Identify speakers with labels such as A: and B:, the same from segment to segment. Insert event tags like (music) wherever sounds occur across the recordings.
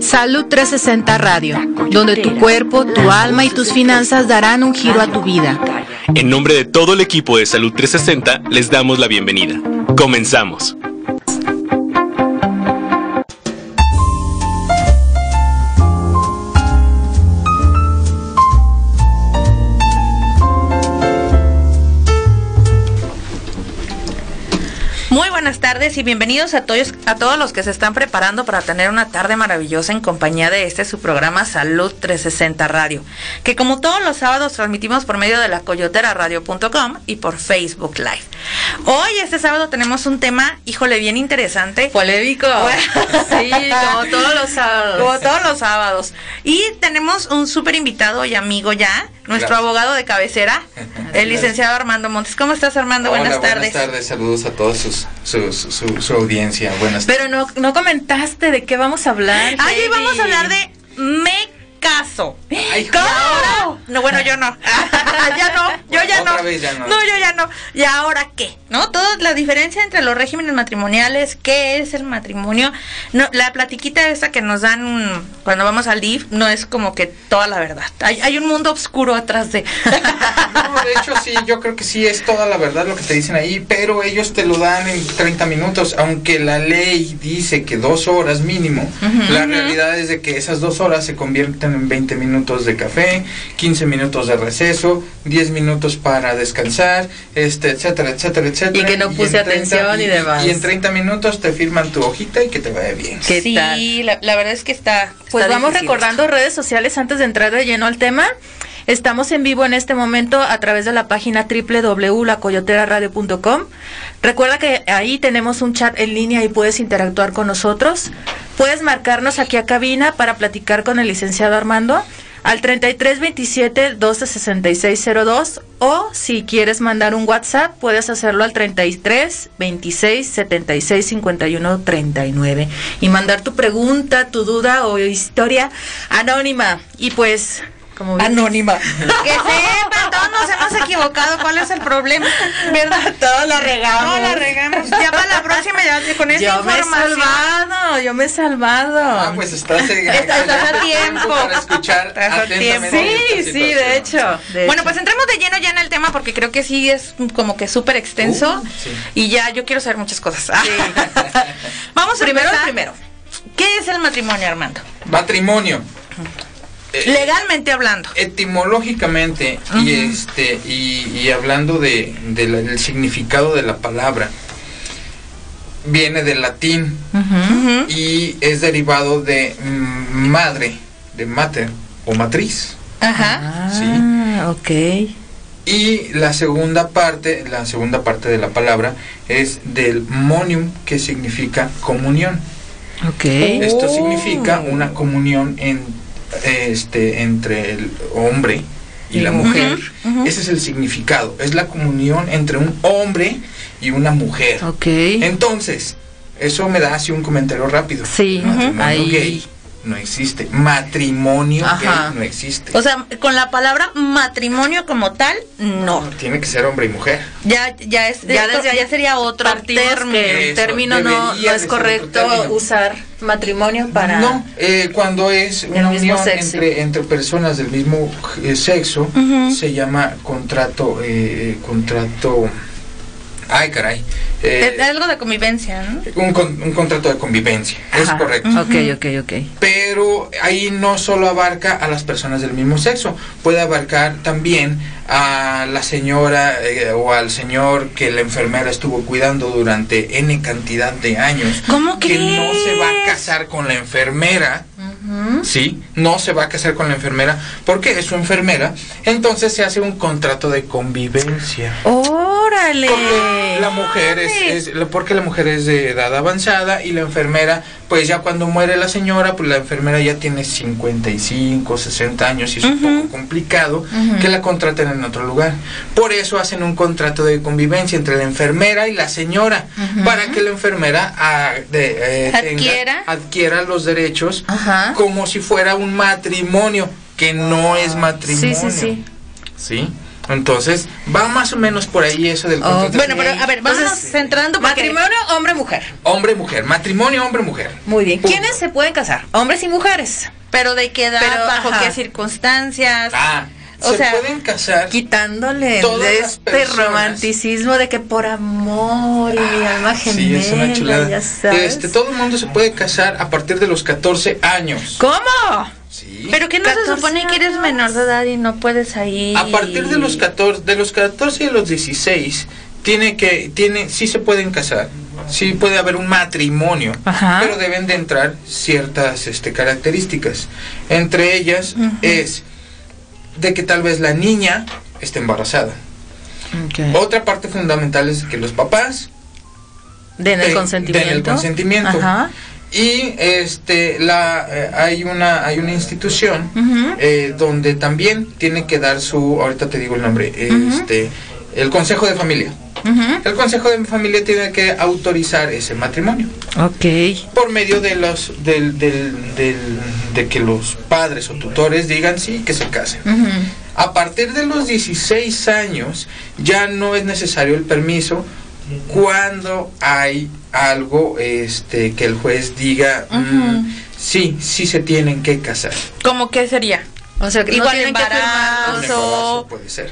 A: Salud 360 Radio, donde tu cuerpo, tu alma y tus finanzas darán un giro a tu vida.
B: En nombre de todo el equipo de Salud 360, les damos la bienvenida. Comenzamos.
C: Muy buenas tardes y bienvenidos a todos, a todos los que se están preparando para tener una tarde maravillosa en compañía de este su programa Salud 360 Radio, que como todos los sábados transmitimos por medio de la coyoteraradio.com y por Facebook Live. Hoy, este sábado, tenemos un tema, híjole, bien interesante. (laughs)
D: Polémico. sí, como todos los sábados.
C: Como todos los sábados. Y tenemos un súper invitado y amigo ya, nuestro
E: Gracias.
C: abogado de cabecera, el licenciado Armando Montes. ¿Cómo estás, Armando?
E: Hola,
C: buenas tardes.
E: Buenas tardes, saludos a todos sus, su, su, su- su audiencia. Buenas tardes.
D: Pero no, no comentaste de qué vamos a hablar.
A: Ah,
C: Ay, hoy
D: David.
C: vamos a hablar de me caso.
E: Ay,
C: ¿Cómo?
E: ¿ahora?
C: No, bueno, yo no. (laughs) ya no, yo ya
E: Otra
C: no.
E: vez ya no.
C: yo ya no. ¿Y ahora qué? ¿No? Toda la diferencia entre los regímenes matrimoniales, qué es el matrimonio. No, la platiquita esa que nos dan cuando vamos al DIF no es como que toda la verdad. Hay, hay un mundo oscuro atrás de. (laughs)
E: No, de hecho, sí, yo creo que sí es toda la verdad lo que te dicen ahí, pero ellos te lo dan en 30 minutos, aunque la ley dice que dos horas mínimo. La realidad es de que esas dos horas se convierten en 20 minutos de café, 15 minutos de receso, 10 minutos para descansar, este, etcétera, etcétera, etcétera.
D: que no
E: en
D: puse atención y demás.
E: Y en 30 minutos te firman tu hojita y que te vaya bien.
D: ¿Qué
C: sí,
D: tal?
C: La, la verdad es que está.
D: Pues
C: está
D: vamos
C: difícil
D: recordando redes sociales antes de entrar de lleno al tema. Estamos en vivo en este momento a través de la página www.lacoyoteraradio.com. Recuerda que ahí tenemos un chat en línea y puedes interactuar con nosotros. Puedes marcarnos aquí a cabina para platicar con el licenciado Armando al 3327 126602 o si quieres mandar un WhatsApp puedes hacerlo al 33 26 76 51 39 y mandar tu pregunta, tu duda o historia anónima y pues como bien-
C: Anónima. Que sepa, todos nos hemos equivocado. ¿Cuál es el problema? ¿Verdad?
D: Todos la regamos.
C: Todos la regamos. Ya para la próxima, ya con esta
D: yo me he
C: información.
D: salvado, yo me he salvado.
E: Ah, pues estás, eh,
C: Estás
E: (laughs)
C: a tiempo.
E: para escuchar
C: Estás a
E: atentamente
C: tiempo.
E: esta
D: sí, sí,
E: situación.
D: de hecho. de
C: Bueno,
D: hecho.
C: pues entremos de lleno ya en el tema porque creo que sí es como que súper extenso
E: Uh, sí.
C: y ya yo quiero saber muchas cosas. (laughs) Vamos a
D: Primero,
C: empezar.
D: primero.
C: ¿Qué es el matrimonio, Armando?
E: Matrimonio. Eh,
C: Legalmente hablando.
E: Etimológicamente y este y, y hablando de, de la- del significado de la palabra viene del latín
C: Ujú.
E: y es derivado de mm, madre, de mater o matriz.
C: Ajá.
D: Ah, ok.
E: Y la segunda parte, la segunda parte de la palabra es del monium que significa comunión.
D: Ok.
E: Esto
C: Oh.
E: significa una comunión en, este, entre el hombre y la mujer. Ese es el significado. Es la comunión entre un hombre y una mujer.
D: Ok.
E: Eh, Entonces, eso me da así un comentario rápido.
D: Sí, ujú,
E: Matrimonio
D: ahí.
E: gay no existe. Matrimonio
D: Ajá.
E: gay no existe.
C: O sea, con la palabra matrimonio como tal, no.
E: Tiene que ser hombre y mujer.
C: Ya, ya es,
D: Ya
C: ya,
D: desde ahí
C: ya sería otro
D: Partimos
C: término.
D: que el
E: Eso,
D: término
E: debería
D: no, no
E: de
D: es
E: ser
D: correcto
E: otro término.
D: usar matrimonio para
E: No, eh, cuando es una
D: mismo
E: unión
D: sexo.
E: entre, entre personas del mismo eh, sexo, se llama contrato, eh, contrato, ay caray, eh,
C: Es algo de convivencia, ¿no?
E: un, con- un contrato de convivencia, es
D: Ajá,
E: correcto.
D: Ok, ok, ok.
E: Pero ahí no solo abarca a las personas del mismo sexo, puede abarcar también a la señora eh, o al señor que la enfermera estuvo cuidando durante N cantidad de años.
C: ¿Cómo
E: que no se va a
C: crees?
E: casar con la enfermera. Sí, no se va a casar con la enfermera porque es su enfermera. Entonces se hace un contrato de convivencia.
D: Órale.
E: Porque la mujer es, es- porque la mujer es de edad avanzada y la enfermera, pues ya cuando muere la señora, pues la enfermera ya tiene 55, 60 años y es un poco complicado que la contraten en otro lugar. Por eso hacen un contrato de convivencia entre la enfermera y la señora para que la enfermera ah, de, eh, tenga-
C: Adquiera.
E: adquiera los derechos
D: Ajá. Ah.
E: como si fuera un matrimonio que no es matrimonio.
D: Sí, sí, sí.
E: ¿Sí? Entonces, va más o menos por ahí eso del
C: Oh,
E: contrato.
C: bueno, pero a ver, vamos centrando porque-
D: Matrimonio hombre-mujer.
E: Hombre-mujer, matrimonio hombre-mujer.
D: Muy bien.
E: Punto.
D: ¿Quiénes se pueden casar? Hombres y mujeres.
C: Pero de qué edad,
D: Pero,
C: bajo
D: ajá.
C: qué circunstancias.
E: Ah,
C: O
E: se
C: sea,
E: pueden casar.
D: Quitándole
E: Todas
D: de
E: las
D: este
E: personas. Ah,
D: romanticismo de que por amor y mi alma
E: Sí,
D: gemela.
E: es una chulada.
D: ya sabes.
E: Este, todo el mundo se puede casar a partir de los 14 años.
D: ¿Cómo?
E: Sí.
C: Pero que no se
D: 14
C: supone que eres
D: años.
C: menor de edad y no puedes ahí.
E: A partir de los 14, de los 14 y los 16 tiene que tiene sí se pueden casar. Sí puede haber un matrimonio,
D: Ajá.
E: pero deben de entrar ciertas este, características. Entre ellas es de que tal vez la niña esté embarazada. Otra parte fundamental es que los papás
D: Den
E: Den- den
D: el
E: Eh, el
D: consentimiento.
E: consentimiento.
D: Ajá.
E: y este la eh, hay una hay una institución
D: Ujú.
E: eh, donde también tiene que dar su ahorita te digo el nombre este el consejo de familia
D: Ujú.
E: el consejo de familia tiene que autorizar ese matrimonio
D: Ok.
E: por medio de los del, del, del, de que los padres o tutores digan sí que se casen
D: Ujú.
E: a partir de los 16 años ya no es necesario el permiso cuando hay algo este que el juez diga mm, sí, sí se tienen que casar.
C: ¿Cómo qué sería?
D: O sea, que no
C: Igual
D: tienen que
C: embarazo.
E: Un
D: firmarlos.
E: embarazo puede ser.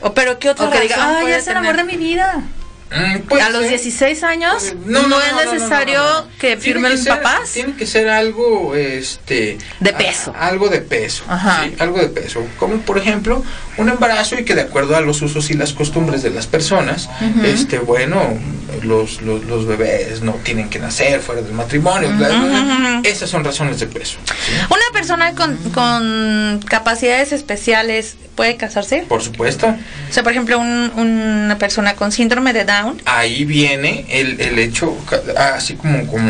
C: O pero qué otra
D: O que diga,
C: razón
D: ay,
C: puede
D: es el amor de
C: tener?
D: mi vida.
E: Mm, puede
D: a los
E: ser.
D: 16 años no, es necesario
E: no, no, no.
D: que
E: Tiene
D: firmen los
E: ser-
D: papás.
E: Tiene que ser algo este
D: De
E: a-
D: peso.
E: algo de peso.
D: Ajá.
E: sí, algo de peso. Como por ejemplo, un embarazo y que de acuerdo a los usos y las costumbres de las personas, este bueno, los, los, los bebés no tienen que nacer fuera del matrimonio. bla, bla, bla. Esas son razones de peso. ¿sí?
C: Una persona con, con capacidades especiales puede casarse.
E: Por supuesto,
C: O sea, por ejemplo, un- una persona con síndrome de Down.
E: ahí viene el, el hecho, ca- así como, como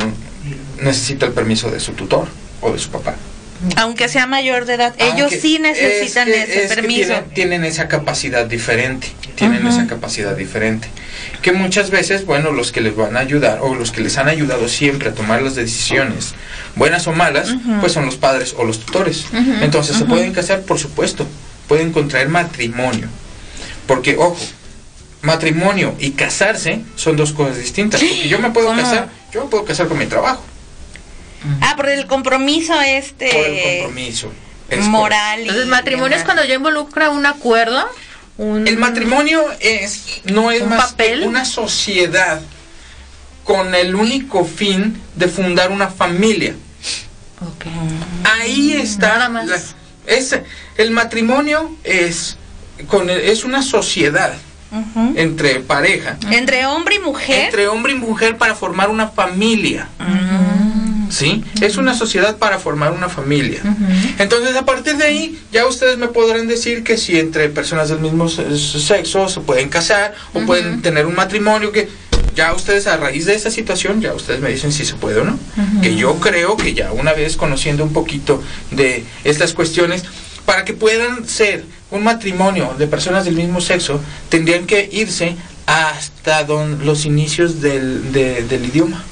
E: necesita el permiso de su tutor o de su papá.
C: Aunque sea mayor de edad, ellos
E: Aunque-
C: sí necesitan
E: Ah, es que-
C: ese
E: es que
C: permiso.
E: tienen, tienen esa capacidad diferente, tienen esa capacidad diferente. Que muchas veces, bueno, los que les van a ayudar o los que les han ayudado siempre a tomar las decisiones, buenas o malas, pues son los padres o los tutores. Entonces, se pueden casar, por supuesto, pueden contraer matrimonio. Porque, ojo, matrimonio y casarse son dos cosas distintas. Porque yo me puedo
C: ¿Cómo?
E: casar, yo me puedo casar con mi trabajo,
C: Ah, por el compromiso este.
E: por el compromiso. es
C: moral. y
D: Entonces, matrimonio es
C: demás.
D: cuando ya involucra un acuerdo. Un,
E: El matrimonio es no es
D: Mm. ¿Un
E: más que
D: papel?
E: una sociedad con el único fin de fundar una familia.
D: Ok. Mm,
E: Ahí está
D: Nada más.
E: la- es- el matrimonio es con el- es una sociedad
C: Ujú.
E: entre pareja,
C: Entre hombre y mujer.
E: entre hombre y mujer para formar una familia. ¿Sí? Es una sociedad para formar una familia. Entonces, a partir de ahí, ya ustedes me podrán decir que si entre personas del mismo se- sexo se pueden casar o pueden tener un matrimonio, que ya ustedes a raíz de esa situación, ya ustedes me dicen si se puede o no. Que yo creo que ya una vez conociendo un poquito de estas cuestiones, para que puedan ser un matrimonio de personas del mismo sexo, tendrían que irse hasta don- los inicios del, de- del idioma,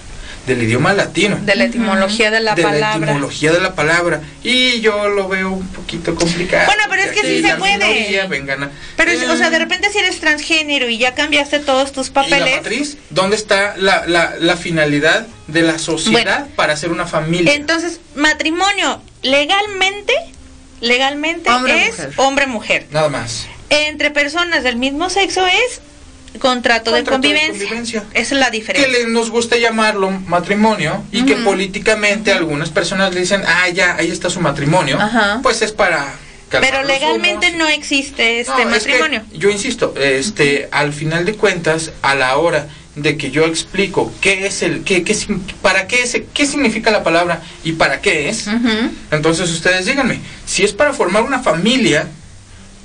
E: del idioma latino
C: De la etimología de la
E: de la
C: palabra.
E: etimología de la palabra. Y yo lo veo un poquito complicado.
C: Bueno, pero es que sí
E: la
C: se puede.
E: minoría vengan a-
C: Pero,
E: Eh,
C: o sea,
D: Ah.
C: de repente si eres transgénero y ya cambiaste todos tus
E: ¿Y la
C: papeles.
E: matriz? ¿Dónde está la, la, la finalidad de la sociedad
C: Bueno.
E: para ser una familia?
C: Entonces, matrimonio legalmente, legalmente
D: Hombre,
C: es
D: mujer.
C: hombre-mujer.
E: Nada más.
C: Entre personas del mismo sexo es contrato,
E: Contrato
C: de,
E: de
C: convivencia.
E: convivencia.
C: Esa es la
E: Que
C: diferencia.
E: le- nos gusta llamarlo matrimonio y que políticamente algunas personas le dicen, ah, ya, ahí está su matrimonio.
D: Ajá.
E: Pues es para... calmar
C: Pero
E: los
C: legalmente
E: humos.
C: no existe este
E: No, es que
C: matrimonio.
E: yo insisto, este, al final de cuentas, a la hora de que yo explico qué es el, qué, qué, sin- para qué es, qué significa la palabra y para qué es,
D: Ujú.
E: entonces ustedes díganme, si es para formar una familia,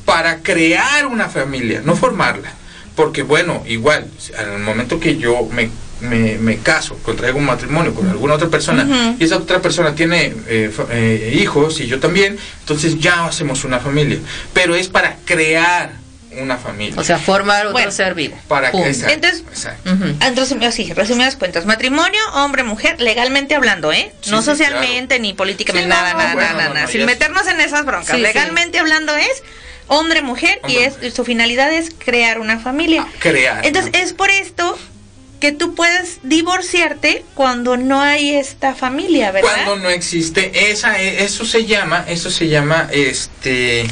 E: para crear una familia, no formarla, porque bueno, igual, al momento que yo me, me, me caso, contraigo un matrimonio con alguna otra persona, y esa otra persona tiene eh, fa- eh, hijos y yo también, entonces ya hacemos una familia, pero es para crear una familia.
D: O sea, formar otro
C: Bueno,
D: ser vivo.
E: para
D: Punto.
E: que exacto,
C: Entonces,
E: exacto.
D: Ujú.
C: Ah, Entonces, pues sí, resumidas cuentas, matrimonio, hombre, mujer, legalmente hablando, ¿eh?
E: Sí,
C: no
E: sí,
C: socialmente ni
E: Sí,
C: políticamente,
E: no,
C: nada,
E: no,
C: nada,
E: bueno,
C: nada,
E: no,
C: nada.
E: no,
C: Sin
E: ya-
C: meternos en esas broncas.
D: Sí, sí.
C: legalmente hablando es hombre-mujer y es su finalidad es crear una familia.
E: Ah, Crear.
C: Entonces es por esto que tú puedes divorciarte cuando no hay esta familia, ¿verdad?
E: Cuando no existe esa, e- eso se llama, eso se llama, este,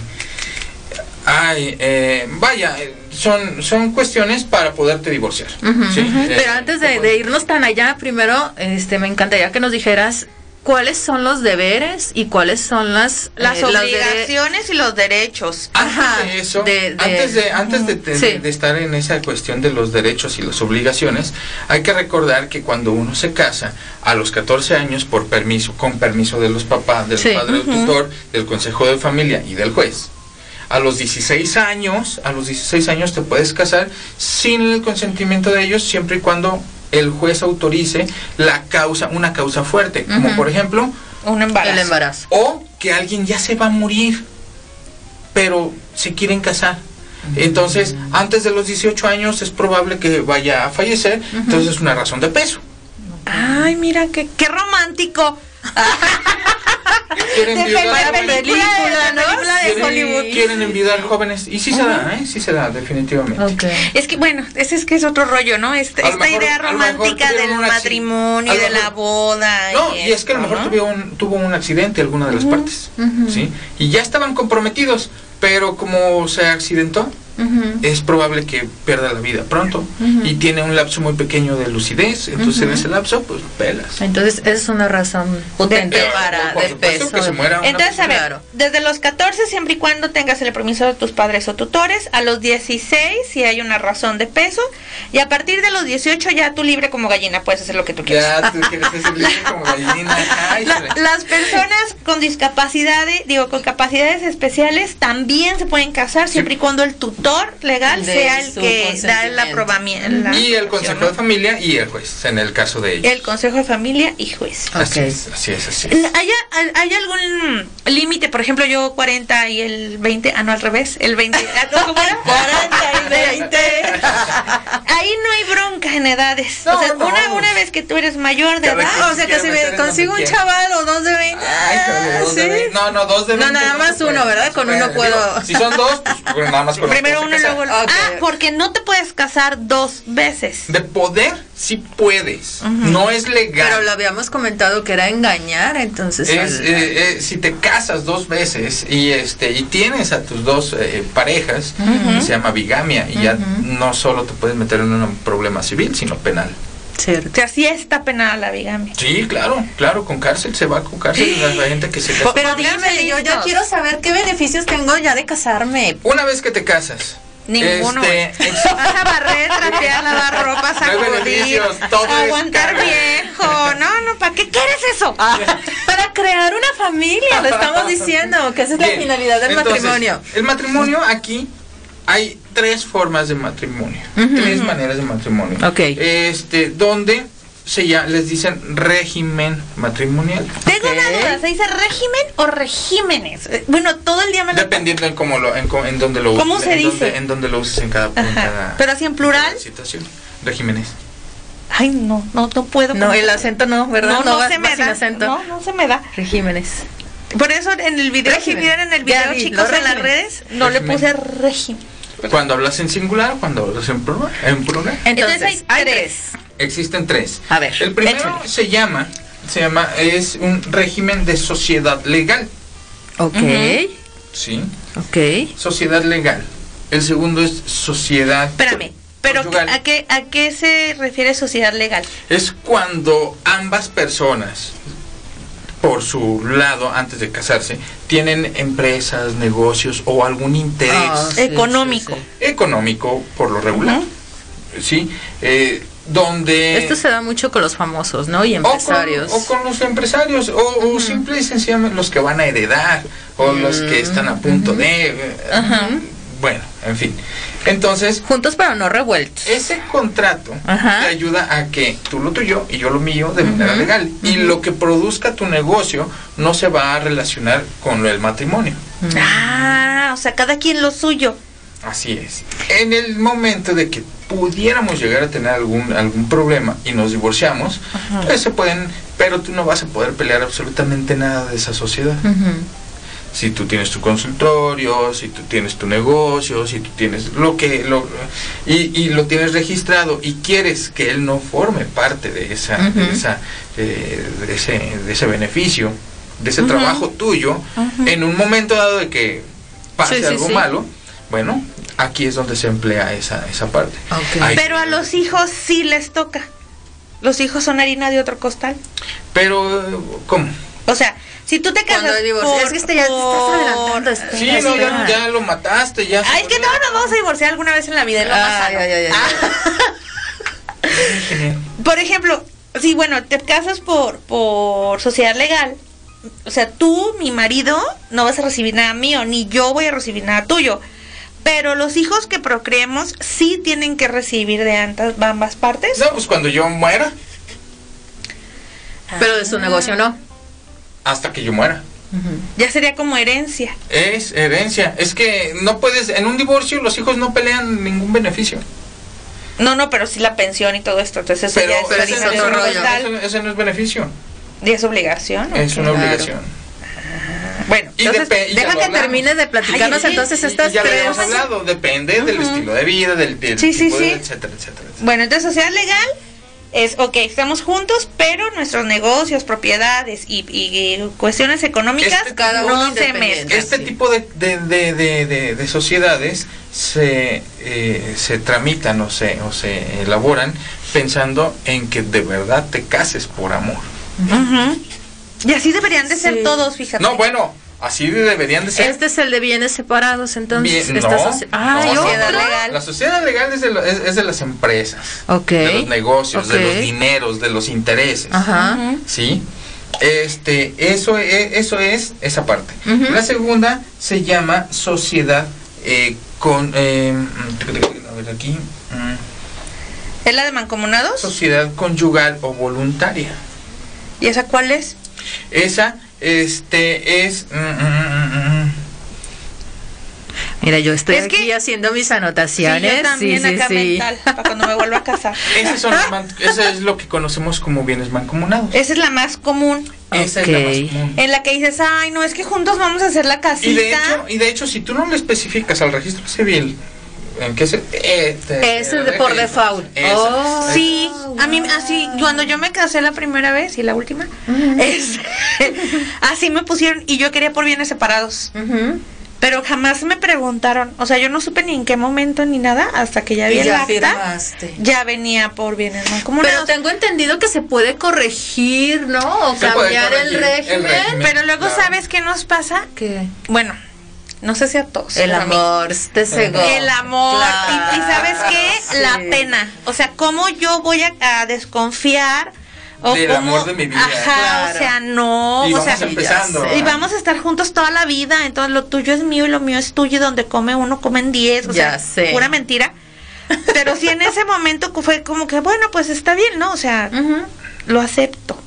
E: ay, eh, vaya, eh, son, son cuestiones para poderte divorciar. Sí, eh,
D: Pero antes de, de irnos tan allá, primero, este, me encantaría que nos dijeras cuáles son los deberes y cuáles son las
C: Las
D: eh, los dere-
C: obligaciones y los derechos.
E: Antes
D: Ajá,
E: de eso,
D: de- de-
E: antes, de, antes de, te-
D: Sí.
E: de estar en esa cuestión de los derechos y las obligaciones, hay que recordar que cuando uno se casa a los 14 años por permiso, con permiso de los papás, del
D: Sí.
E: padre del tutor, del consejo de familia y del juez. A los 16 años, a los 16 años te puedes casar sin el consentimiento de ellos, siempre y cuando el juez autorice la causa, una causa fuerte, como por ejemplo
C: Un embarazo.
D: el embarazo.
E: o que alguien ya se va a morir, pero se quieren casar. Entonces, antes de los 18 años es probable que vaya a fallecer, entonces es una razón de peso.
C: Ay, mira, qué, qué romántico.
E: Quieren
C: De
E: enviudar
C: película,
D: película,
C: de
D: ¿no?
C: película de
E: quieren-
C: Hollywood.
E: quieren enviudar jóvenes. Y sí se da, ¿eh? Sí se da, definitivamente.
C: Es que, bueno, ese es que es otro rollo, ¿no? Este-
E: A lo
C: esta
E: mejor-
C: idea
E: a lo mejor
C: romántica
E: tuvieron
C: del
E: un acci-
C: matrimonio,
E: a
C: y
E: lo
C: de la
E: mejor-
C: boda.
E: No, y es que a lo mejor
C: ¿no?
E: tuvo un, tuvo un accidente alguna de las partes, ¿sí? Y ya estaban comprometidos, pero como se accidentó, es probable que pierda la vida pronto y tiene un lapso muy pequeño de lucidez, entonces en ese lapso, pues pelas.
D: Entonces, esa es una razón potente
C: De-
D: para
E: por
D: de
E: supuesto
D: peso.
E: que se muera una
C: Entonces, a ver,
D: Claro.
C: desde los 14, siempre y cuando tengas el permiso de tus padres o tutores, a los 16, si hay una razón de peso, y a partir de los 18 ya tú libre como gallina, puedes hacer lo que tú quieras.
E: Ya te quieres hacer libre
D: (laughs)
E: como gallina. Ay,
C: La-
E: híjole.
C: las personas con discapacidades, digo, con capacidades especiales también se pueden casar siempre y cuando el tutor legal
D: De
C: sea el
D: su
C: que da el
D: consentimiento.
C: aprobamiento.
E: y el consejo de familia y el juez, en el caso de ellos.
C: El consejo de familia y juez.
E: Así
D: Ok.
E: es, así es, así es.
C: ¿Hay, hay algún límite? Por ejemplo, yo 40 y el 20. Ah, no, al revés. El 20. ah, no,
D: (laughs)
C: ¿cómo era?
D: 40 y 20.
C: Ahí no hay bronca en edades.
E: No,
C: o sea,
E: no.
C: una, una vez que tú eres mayor de
E: Cada
C: edad.
E: quien
D: Ah, o sea, que
E: quiere
D: si
E: meter
D: me
E: en donde
D: consigo un
E: quiera.
D: chaval o dos de 20.
E: Ay, híjole,
D: ah,
E: dos de
D: sí.
E: veinte. No, no, dos de
D: No,
E: veinte
D: nada
E: se
D: más
E: puede,
D: uno, ¿verdad?
E: no se
D: Con
E: puede.
D: uno puedo.
E: Digo, si son dos, pues bueno, nada
D: (laughs)
E: más con uno
C: Primero
E: puedes
C: uno y
E: casar.
C: luego el otro.
D: Ok.
C: Ah, porque no te puedes casar dos veces.
E: De poder, sí puedes. No es legal.
D: Pero lo habíamos comentado que era engañar, entonces.
E: Es,
D: al-
E: eh, eh, si te casas dos veces y este y tienes a tus dos eh, parejas se llama bigamia y ya no solo te puedes meter en un problema civil sino penal
C: O
D: Cierto.
C: sea, sí está penada la bigamia.
E: sí claro claro con cárcel se va con cárcel la gente que se casa
D: Pero
C: Pónganse
D: dígame, yo ya
C: listos.
D: quiero saber qué beneficios tengo ya de casarme.
E: una vez que te casas
C: Ninguno.
E: este, ex-
C: Vas a barrer,
E: (laughs)
C: trapear, lavar ropa,
E: No hay
C: sacudir,
E: beneficios, todo es
C: aguantar
E: carga.
C: viejo. No, no, ¿para qué quieres eso?
E: Ah.
D: Para crear una familia, lo estamos
E: (laughs)
D: diciendo, que esa es la
E: Bien,
D: finalidad del
E: este, entonces,
D: matrimonio.
E: El matrimonio aquí hay tres formas de matrimonio, tres maneras de matrimonio.
D: Ok.
E: Este, donde se ya les dicen régimen matrimonial,
C: Tengo una duda, ¿se dice régimen o regímenes? Eh, Bueno, todo el día me lo...
E: dependiendo en cómo lo en, co- en dónde lo
C: ¿Cómo
E: uses,
C: se
E: en
C: dice?
E: dónde- en dónde lo uses en cada, en
C: Ajá.
E: cada-
C: Pero así en
E: en
C: plural.
E: cada situación. Regímenes.
C: Ay, no, no, no puedo.
D: No,
C: con-
D: el acento no, ¿verdad?
C: no, no,
D: va-
C: se
D: va
C: me
D: sin
C: da.
D: acento.
C: No, no se me da.
D: Regímenes.
C: Por eso en el video, si
D: Régimen.
C: vieron en el
D: Ya
C: video,
D: vi,
C: chicos,
D: los
C: en las
D: regímenes.
C: redes, no le
E: Régimen.
C: puse régimen.
E: Cuando hablas en singular, cuando hablas en plural, en plural,
D: Entonces,
C: Entonces, hay
D: hay
C: tres.
D: tres.
E: existen tres.
D: A ver,
E: el primero
D: échale.
E: se llama se llama es un régimen de sociedad legal,
D: Ok,
E: ¿sí?
D: ok.
E: Sociedad legal. El segundo es sociedad.
C: Espérame, pero
E: Conyugal.
C: ¿a qué, ¿a qué se refiere sociedad legal?
E: Es cuando ambas personas, por su lado, antes de casarse, tienen empresas, negocios o algún interés
D: Ah, sí,
C: Económico.
D: sí, sí.
E: económico por lo regular. ¿Sí? Eh, donde...
D: Esto se da mucho con los famosos, ¿no? Y
E: o con-
D: empresarios.
E: O con, los empresarios, o, o simple y sencillamente los que van a heredar, o los
D: Mm.
E: que están a punto de... eh, Bueno, en fin. Entonces,
D: Juntos pero no revueltos.
E: Ese contrato
D: Ajá.
E: te ayuda a que tú lo tuyo y yo lo mío de manera legal. Y lo que produzca tu negocio no se va a relacionar con el matrimonio.
C: Ah, o sea, cada quien lo suyo.
E: Así es. En el momento de que pudiéramos llegar a tener algún, algún problema y nos divorciamos, pues se pueden, pero tú no vas a poder pelear absolutamente nada de esa sociedad. si tú tienes tu consultorio, si tú tienes tu negocio, si tú tienes lo que lo y, y lo tienes registrado y quieres que él no forme parte de esa, uh -huh. de, esa eh, de, ese, de ese beneficio, de ese uh -huh. trabajo tuyo, uh -huh. en un momento dado de que pase sí, sí, algo sí. malo, bueno, aquí es donde se emplea esa, esa parte.
C: Okay. Pero a los hijos sí les toca. Los hijos son harina de otro costal.
E: Pero, ¿cómo?
C: O sea, si tú te casas
D: por, es que este ya te estás adelantando. Este
E: sí, no, ya, ya, lo mataste, ya.
C: Ay, es que todos nos vamos a divorciar alguna vez en la vida, es lo más
D: ay,
C: sano.
D: Ay, ay,
C: ah. por ejemplo, si bueno, te casas por por sociedad legal, o sea, tú, mi marido, no vas a recibir nada mío, ni yo voy a recibir nada tuyo. Pero los hijos que procreemos sí tienen que recibir de ambas partes.
E: No, pues cuando yo muera.
D: Ah. Pero de su negocio no
E: hasta que yo muera.
C: Uh -huh. Ya sería como herencia.
E: Es herencia. Es que no puedes, en un divorcio los hijos no pelean ningún beneficio.
C: No, no, pero sí la pensión y todo esto. Entonces eso
E: pero,
C: ya
E: pero es, ese, otro rollo. Ese, ese, no es beneficio.
C: ¿Y es obligación?
E: Es una claro. obligación.
C: Ah, bueno,
D: y entonces, deja que termine de platicarnos Ay, entonces estas
E: ya tres. Ya hemos hablado, depende uh -huh. del estilo de vida, del, del
C: sí, tipo
E: sí,
C: de,
E: sí. Etcétera, etcétera, etcétera.
C: Bueno, entonces sociedad legal es, ok, estamos juntos, pero nuestros negocios, propiedades y, y, y cuestiones económicas
E: este
C: cada uno se
E: mezclan. Este sí. tipo de, de, de, de, sociedades se, eh, se tramitan o se, o se elaboran pensando en que de verdad te cases por amor.
C: Uh -huh. Y así deberían de ser sí. todos, fíjate.
E: No, bueno, Así deberían de ser.
D: Este es el de bienes separados, entonces.
E: Bien, esta no, ah, no, sociedad no, legal. La sociedad legal es de, lo, es, es de las empresas,
D: okay.
E: de los negocios, okay. de los dineros, de los intereses.
D: Ajá. Uh -huh.
E: Sí. Este, eso, es, eso es esa parte. Uh -huh. La segunda se llama sociedad eh, con. Eh, a ver aquí. mm,
C: ¿Es la de mancomunados?
E: Sociedad conyugal o voluntaria.
C: ¿Y esa cuál es?
E: Esa este es mm, mm, mm,
D: Mira, yo estoy es aquí que, haciendo mis anotaciones.
C: Sí, yo también sí, acá sí, mental, para cuando me vuelva a (laughs) casar.
E: Eso
D: (laughs)
E: es lo que conocemos como bienes mancomunados.
C: Esa es la más común.
E: Esa okay. es la más común.
C: En la que dices, ay, no, es que juntos vamos a hacer la casita.
E: Y de hecho, y de hecho si tú no le especificas al registro civil en qué se, eh,
D: te, es el de por default.
C: Oh, sí, wow. a mí así cuando yo me casé la primera vez y la última, uh -huh. es, (laughs) así me pusieron y yo quería por bienes separados. Uh -huh. Pero jamás me preguntaron, o sea, yo no supe ni en qué momento ni nada hasta que ya vi el acta. Firmaste. Ya venía por bienes
D: Pero
C: mancomunados.
D: tengo entendido que se puede corregir, ¿no? O se cambiar corregir, el, régimen. el, régimen.
C: Pero luego, claro. ¿sabes qué nos pasa?
D: ¿Qué?
C: Bueno, no sé si a todos.
D: El amor, te cegó.
C: El amor. Claro, y, y, sabes qué? Sí. La pena. O sea, ¿cómo yo voy a, a desconfiar?
E: O del cómo, amor de mi vida.
C: Ajá, claro. o sea, no.
E: Y
C: o
E: vamos
C: sea,
E: empezando,
C: y vamos a estar juntos toda la vida. Entonces, lo tuyo es mío y lo mío es tuyo. Y donde come uno, comen diez. O
D: ya
C: sea,
D: sé.
C: pura mentira. Pero sí en ese momento fue como que, bueno, pues está bien, ¿no? O sea, uh -huh. lo acepto.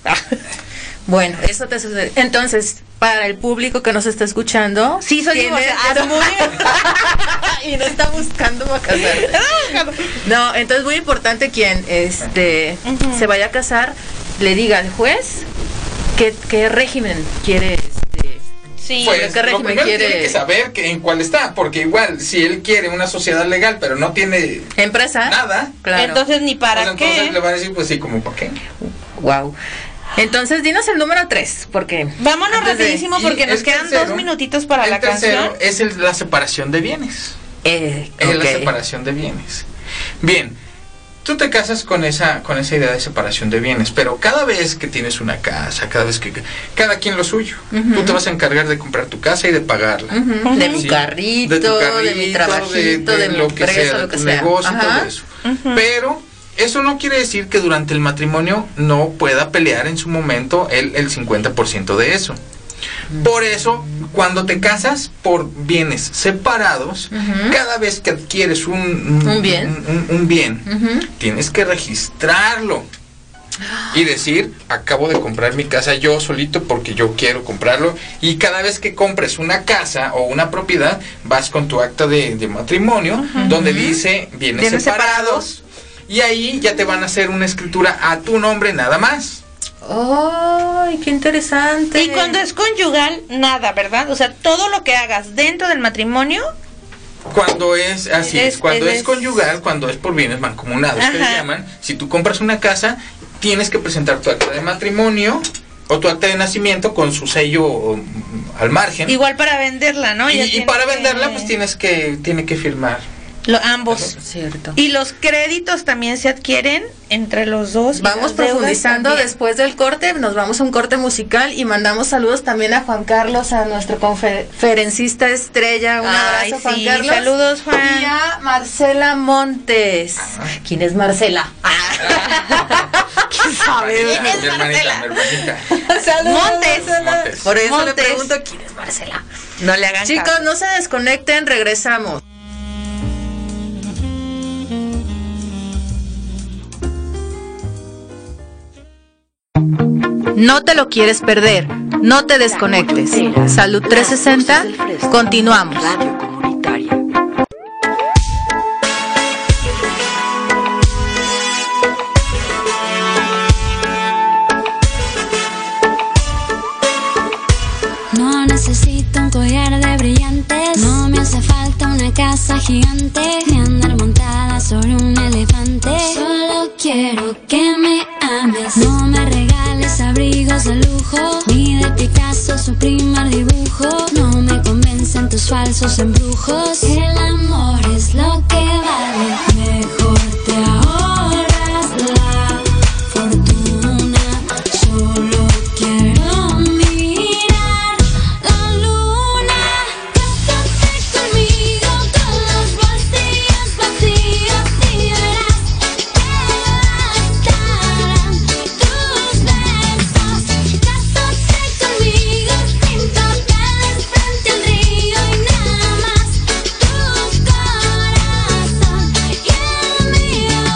D: Bueno, eso te sucede. Entonces, para el público que nos está escuchando,
C: sí soy divorciada
D: (laughs) y no está buscando a
C: (laughs)
D: casar. No, entonces muy importante quien este uh -huh. se vaya a casar le diga al juez qué, qué régimen quiere este
C: Sí,
E: pues, ¿qué régimen lo primero quiere? tiene que saber que, en cuál está, porque igual si él quiere una sociedad legal pero no tiene
D: empresa
E: nada,
C: (laughs) claro. entonces ni para
E: pues,
C: qué.
E: Entonces le van a decir pues sí, como para qué.
D: Wow. Entonces, dinos el número 3, porque...
C: Vámonos Entonces, rapidísimo porque nos quedan tercero, dos minutitos para
E: el
C: la
E: tercero
C: canción.
E: Es el, la separación de bienes.
D: Eh,
E: es
D: okay.
E: la separación de bienes. Bien, tú te casas con esa, con esa idea de separación de bienes, pero cada vez que tienes una casa, cada vez que... Cada quien lo suyo. Uh -huh. Tú te vas a encargar de comprar tu casa y de pagarla.
D: Uh -huh. de, ¿sí? mi carrito, de, tu carrito, de mi trabajito, de, de, de lo que empresa, sea, de
E: tu sea. negocio, Ajá. todo eso. Uh -huh. Pero... Eso no quiere decir que durante el matrimonio no pueda pelear en su momento el, el 50% de eso. Por eso, cuando te casas por bienes separados, uh -huh. cada vez que adquieres un,
D: un, ¿Un bien,
E: un, un bien uh -huh. tienes que registrarlo y decir, acabo de comprar mi casa yo solito porque yo quiero comprarlo. Y cada vez que compres una casa o una propiedad, vas con tu acta de, de matrimonio uh -huh. donde dice bienes, bienes separados. separados y ahí ya te van a hacer una escritura a tu nombre nada más.
D: ¡Ay, qué interesante!
C: Y cuando es conyugal, nada, ¿verdad? O sea, todo lo que hagas dentro del matrimonio
E: Cuando es, así
C: Eres-
E: es, cuando
C: eres-
E: es conyugal, cuando es por bienes mancomunados, que le
C: Ajá.
E: llaman, si tú compras una casa, tienes que presentar tu acta de matrimonio o tu acta de nacimiento con su sello um, al margen.
C: Igual para venderla, ¿no?
E: y,
C: Ya
E: y
C: tiene
E: para
C: que-
E: venderla, pues tienes que, tiene que firmar.
C: Lo- ambos.
D: Cierto.
C: Y los créditos también se adquieren entre los dos. y
D: Vamos
C: las deudas
D: profundizando
C: también.
D: después del corte, nos vamos a un corte musical y mandamos saludos también a Juan Carlos, a nuestro conferencista estrella. Un
C: Ay,
D: abrazo, Juan
C: sí,
D: Carlos.
C: saludos, Juan.
D: Y a Marcela Montes. ¿Quién es
C: (laughs)
D: Marcela? ¿Quién sabe?
E: Mi
C: es
E: hermanita, mi
C: (laughs)
E: hermanita.
D: Saludos,
C: Montes.
D: Marcela.
E: Montes.
D: Por eso
C: Montes.
D: le pregunto quién es Marcela.
C: No le hagan
D: Chicos,
C: caso.
D: no se desconecten, regresamos.
A: No te lo quieres perder, no te desconectes. Salud 360, continuamos.
F: Radio Comunitaria.
G: No necesito un collar de brillantes. No me hace falta una casa gigante. Ni andar montada sobre un elefante. Solo quiero que me ames. No me regales abrigos de lujo. Ni de Picasso su primer dibujo. No me convencen tus falsos embrujos. El amor es lo que vale. Mejor te ahorras la fortuna. Solo quiero mirar la luna. Cásate conmigo con los bolsillos vacíos y verás que bastarán tus besos. Cásate conmigo sin papeles frente al río y nada más. Tu corazón y el mío.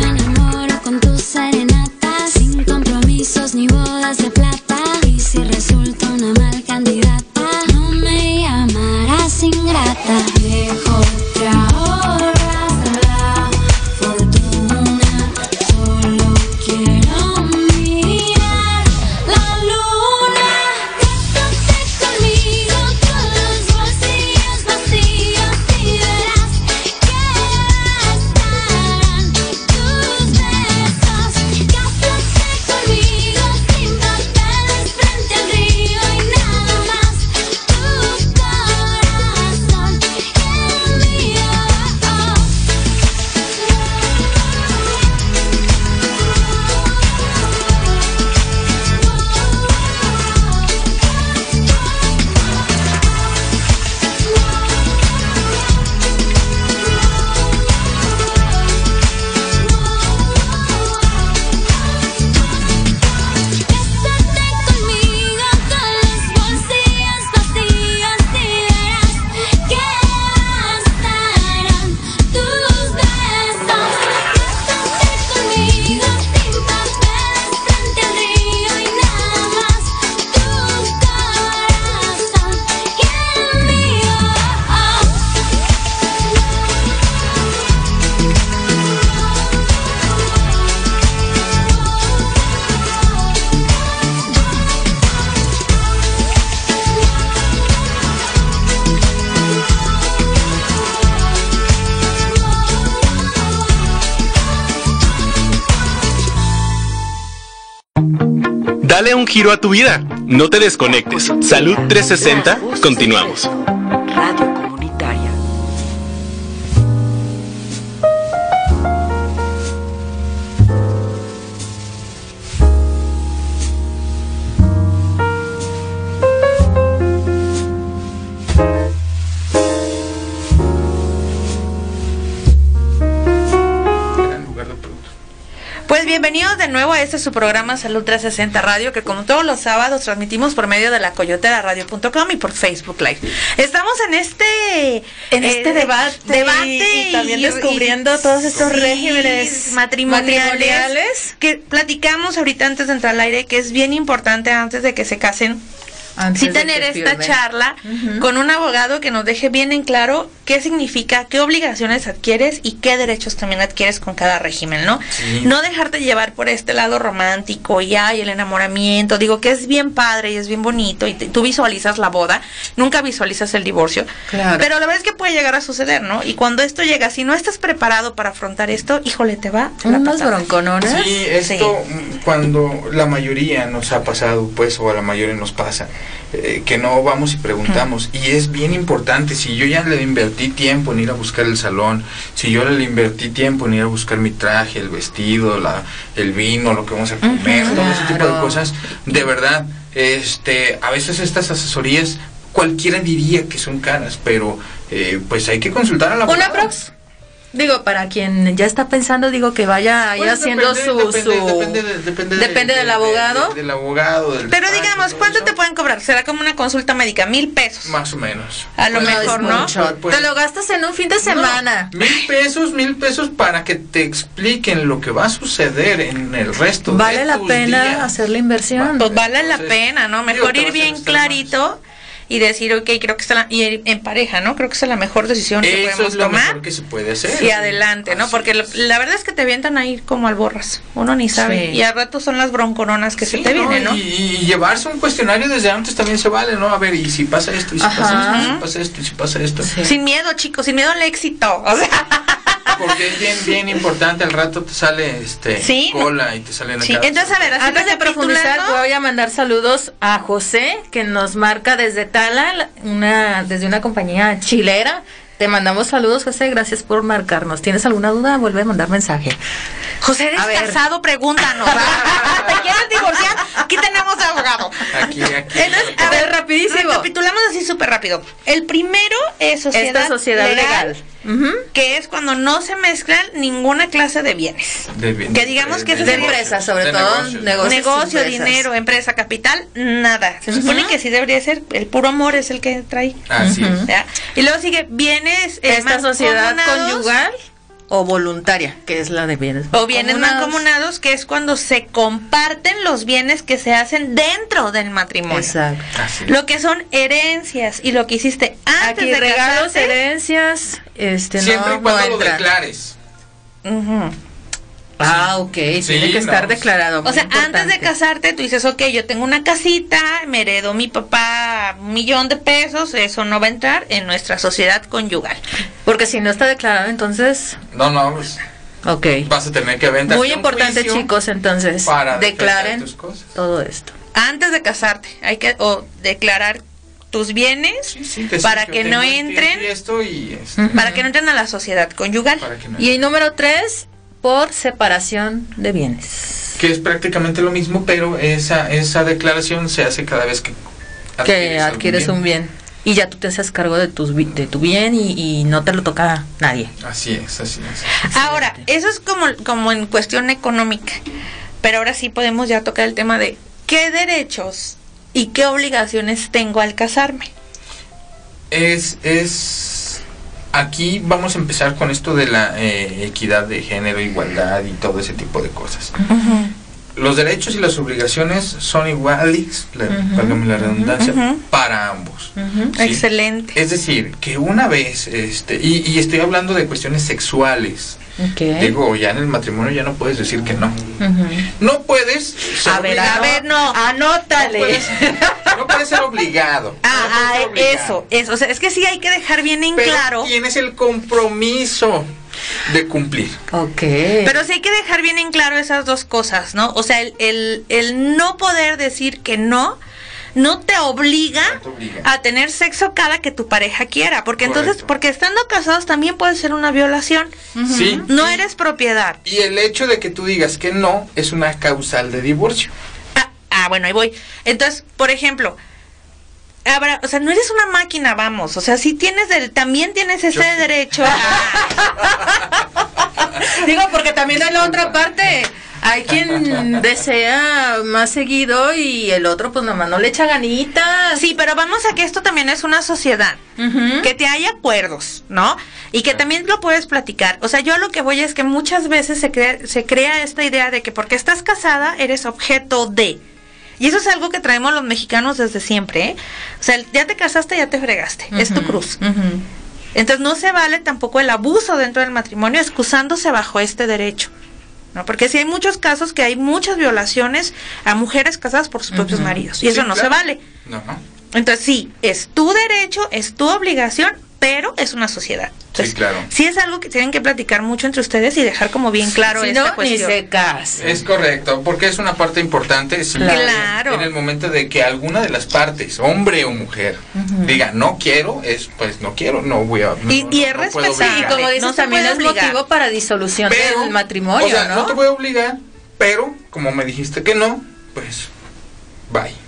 G: Yo me enamoro con tus serenatas, sin compromisos ni bodas de plata. Y si resulta una mal candidata, no me llamarás ingrata. Mejor te ahorras la fortuna. Solo quiero mirar la luna. Cásate conmigo con los bolsillos vacíos y verás que bastarán tus besos. Cásate conmigo sin papeles frente al río y nada más. Tu corazón y el mío. Cásate conmigo con los bolsillos vacíos y verás que bastarán tus besos. Cásate conmigo sin papeles frente al río y nada más. Tu corazón y el mío.
B: Dale un giro a tu vida. No te desconectes. Salud 360, continuamos.
F: Radio Comunitaria.
E: Gran lugar de producto.
C: e Pues bienvenidos de nuevo a este su programa Salud 360 Radio, que como todos los sábados transmitimos por medio de la coyotera radio.com y por Facebook Live. Estamos en este
D: En
C: eh,
D: este debate
C: debate
D: y- y también descubriendo todos estos regímenes
C: matrimoniales,
D: matrimoniales.
C: que platicamos ahorita antes de entrar al aire, que es bien importante antes de que se casen sí tener esta charla con un abogado que nos deje bien en claro qué significa, qué obligaciones adquieres y qué derechos también adquieres con cada régimen, ¿no?
E: Sí.
C: No dejarte llevar por este lado romántico y ay, el enamoramiento, digo que es bien padre y es bien bonito y te- tú visualizas la boda, nunca visualizas el divorcio,
A: Claro.
C: pero la verdad es que puede llegar a suceder, ¿no? Y cuando esto llega, si no estás preparado para afrontar esto, híjole, te va la
D: Unos
C: patada.
D: bronconones.
E: Sí, esto mm, cuando la mayoría nos ha pasado, pues, o a la mayoría nos pasa, eh, que no vamos y preguntamos. Y es bien importante, si yo ya le invertí tiempo en ir a buscar el salón, si yo le invertí tiempo en ir a buscar mi traje, el vestido, la, el vino, lo que vamos a comer, todo ese tipo de
D: Claro.
E: cosas, de verdad, este, a veces estas asesorías, cualquiera diría que son caras, pero eh, pues hay que consultar a la
D: Una prox. Digo, para quien ya está pensando, digo que vaya ahí
E: Bueno,
D: haciendo
E: depende-
D: su...
E: depende-
D: su-
E: depende, de- depende de-
D: depende
E: de-
D: del
E: de-
D: abogado.
E: de- del abogado del
C: Pero
E: despacho,
C: digamos,
E: todo
C: ¿cuánto
E: eso.
C: te pueden cobrar? Será como una consulta médica, mil pesos.
E: más o menos
C: A lo
D: No, es
C: mejor, ¿no?
D: mucho.
E: Pues-
D: Te lo gastas en un fin de semana.
E: mil pesos mil pesos para que te expliquen lo que va a suceder en el resto de
D: vale la
E: tus
D: pena
E: días.
D: hacer la inversión.
C: Pues vale la
E: Entonces,
C: pena, ¿no?
E: digo,
C: Mejor
E: te vas
C: ir
E: a
C: bien
E: gastar
C: clarito y decir, ok, creo que está la, y ir en pareja, ¿no? Creo que esa es la mejor decisión que
E: eso
C: podemos
E: es lo
C: tomar.
E: mejor que se puede hacer
C: Y adelante, ¿no?
E: Así
C: Porque lo-
E: es.
C: la verdad es que te avientan a ir como al borras. Uno ni sabe.
D: Sí.
C: Y al rato son las broncoronas que
E: Sí,
C: se te
E: ¿no?
C: vienen, ¿no?
E: Y, y llevarse un cuestionario desde antes también se vale, ¿no? A ver, y si pasa esto, y si
D: Ajá.
E: pasa esto, y si pasa esto, y si pasa esto.
C: Sin miedo, chicos, sin miedo al éxito. O sea,
E: Porque es bien, bien importante, al rato te sale este
C: Sí.
E: cola y te salen
C: sí.
E: acá.
C: Entonces, a ver, así
D: Antes de profundizar,
C: recapitulando,
D: voy a mandar saludos a José, que nos marca desde Tala, la- una, desde una compañía chilera. Te mandamos saludos, José, gracias por marcarnos. ¿Tienes alguna duda? Vuelve a mandar mensaje.
C: José, ¿eres
D: A ver.
C: casado? Pregúntanos.
E: (laughs)
C: ¿Te quieres divorciar? Aquí tenemos abogado.
E: Aquí, aquí.
C: Entonces, a
D: A ver,
C: ver,
D: rapidísimo.
C: Recapitulamos así súper rápido. El primero es sociedad,
D: Esta sociedad legal. Ujú.
C: que es cuando no se mezclan ninguna clase de bienes.
E: De bien-
C: Que digamos que ese
D: De
C: sería-
D: empresas, sobre
E: de
D: todo.
E: negocios.
D: negocios,
C: Negocio,
D: empresas.
C: dinero, empresa, capital, nada. Se supone que sí debería ser, el puro amor es el que trae.
E: Así es.
C: ¿verdad? Y luego sigue bienes eh,
D: Esta sociedad
C: mancomunados
D: conyugal o voluntaria, que es la de bienes.
C: o bienes
D: mancomunados.
C: mancomunados, que es cuando se comparten los bienes que se hacen dentro del matrimonio.
D: Exacto.
E: Así es.
C: Lo que son herencias y lo que hiciste antes
D: Aquí
C: de
D: regalos,
C: casarte,
D: herencias, este
E: Siempre
D: no,
E: y cuando
D: no
E: lo
D: entra.
E: declares.
C: Ujú.
D: Ah, ok, tiene que
E: no.
D: estar declarado.
C: O
D: muy
C: sea, antes de
D: importante.
C: casarte, tú dices, ok, yo tengo una casita, me heredó mi papá un millón de pesos, eso no va a entrar en nuestra sociedad conyugal.
D: Porque si no está declarado, entonces,
E: No, no, pues
D: ok.
E: vas a tener que aventar.
D: Muy importante, chicos, entonces,
E: para defender
D: declaren
E: tus cosas.
D: todo esto.
C: Antes de casarte, hay que o declarar tus bienes para que no entren,
E: Y esto y este,
C: para que no entren a la sociedad conyugal.
E: para que no
D: Y el número tres, por separación de bienes.
E: Que es prácticamente lo mismo, pero esa, esa declaración se hace cada vez que
D: que
E: algún
D: adquieres un bien. Y ya tú te haces cargo de, tus, bi- de tu bien y, y no te lo toca nadie.
E: Así es, así es.
C: Ahora, eso es como, como en cuestión económica, pero ahora sí podemos ya tocar el tema de qué derechos y qué obligaciones tengo al casarme.
E: es, es aquí vamos a empezar con esto de la eh, equidad de género, igualdad y todo ese tipo de cosas. Los derechos y las obligaciones son iguales, la- válgame la redundancia,
C: ujú.
E: para ambos. ¿sí?
C: Excelente.
E: Es decir, que una vez, este, y, y estoy hablando de cuestiones sexuales,
D: Ok.
E: digo, ya en el matrimonio ya no puedes decir que no.
D: Ujú.
E: No puedes... ser
C: A ver, a
E: obligado.
C: ver, no.
E: No puedes, no puedes ser obligado.
C: Ah,
E: no puedes
C: ah,
E: ser obligado.
C: eso, eso. O sea, es que sí hay que dejar bien en
E: pero
C: claro.
E: tienes el compromiso de cumplir.
D: Ok.
C: Pero sí hay que dejar bien en claro esas dos cosas, ¿no? O sea, el, el, el no poder decir que no. No te, obliga
E: No te obliga.
C: a tener sexo cada que tu pareja quiera, porque entonces,
E: Correcto.
C: porque estando casados también puede ser una violación.
E: Sí.
C: No eres propiedad.
E: Y el hecho de que tú digas que no es una causal de divorcio.
C: Ah, ah, bueno, ahí voy. Entonces, por ejemplo, habrá, o sea, no eres una máquina, vamos. O sea, sí tienes del, también tienes ese
E: Yo sí.
C: derecho. a- (laughs)
D: Digo, porque también hay la otra parte. Hay (laughs) quien desea más seguido y el otro pues nomás no le echa ganitas.
C: Sí, pero vamos a que esto también es una sociedad.
D: Ujú.
C: Que te hay acuerdos, ¿no? Y que también lo puedes platicar. O sea, yo a lo que voy es que muchas veces se crea, se crea esta idea de que porque estás casada eres objeto de. Y eso es algo que traemos los mexicanos desde siempre. ¿eh? O sea, el- ya te casaste, ya te fregaste. Es tu cruz.
D: Ujú.
C: Entonces no se vale tampoco el abuso dentro del matrimonio excusándose bajo este derecho. ¿no? Porque sí hay muchos casos que hay muchas violaciones a mujeres casadas por sus propios maridos. Y eso
E: Sí,
C: no se
E: claro.
C: vale.
E: No, no.
C: Entonces sí, es tu derecho, es tu obligación, pero es una sociedad. Entonces,
E: claro.
C: Sí es algo que tienen que platicar mucho entre ustedes y dejar como bien claro
D: si
C: esta
D: no,
C: cuestión.
D: ni se casa.
E: Es correcto, porque es una parte importante. sí,
C: Claro.
E: En el momento de que alguna de las partes, hombre o mujer, diga no quiero, es pues no quiero, no voy a.
C: Y-
E: no,
C: y
E: no
C: es
E: puedo
C: respetable.
E: obligar.
C: Y como
D: Como dices,
C: No se
D: también
C: puede
D: es
C: obligar.
D: motivo para disolución
E: Pero,
D: del matrimonio,
E: o sea,
D: ¿no?
E: ¿no? te voy a obligar, pero como me dijiste que no, pues bye.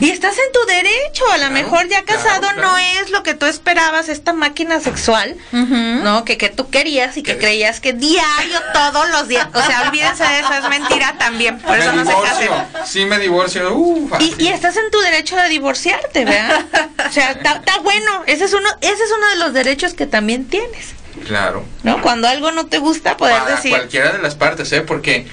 C: Y estás en tu derecho, a lo
E: Claro,
C: mejor ya
E: claro,
C: casado
E: claro.
C: no es lo que tú esperabas, esta máquina sexual, ¿no? Que, que tú querías y que
E: Que-
C: creías que diario, todos los días, o sea, olvídense de eso, es mentira también, por eso
E: me
C: no se
E: divorcio,
C: casen.
E: sí me divorcio. uh,
C: Y,
E: fácil.
C: y estás en tu derecho de divorciarte, ¿verdad? O sea, está está bueno, ese es uno, ese es uno de los derechos que también tienes,
E: Claro.
C: ¿no? Cuando algo no te gusta, poder
E: para
C: decir,
E: cualquiera de las partes, ¿eh? Porque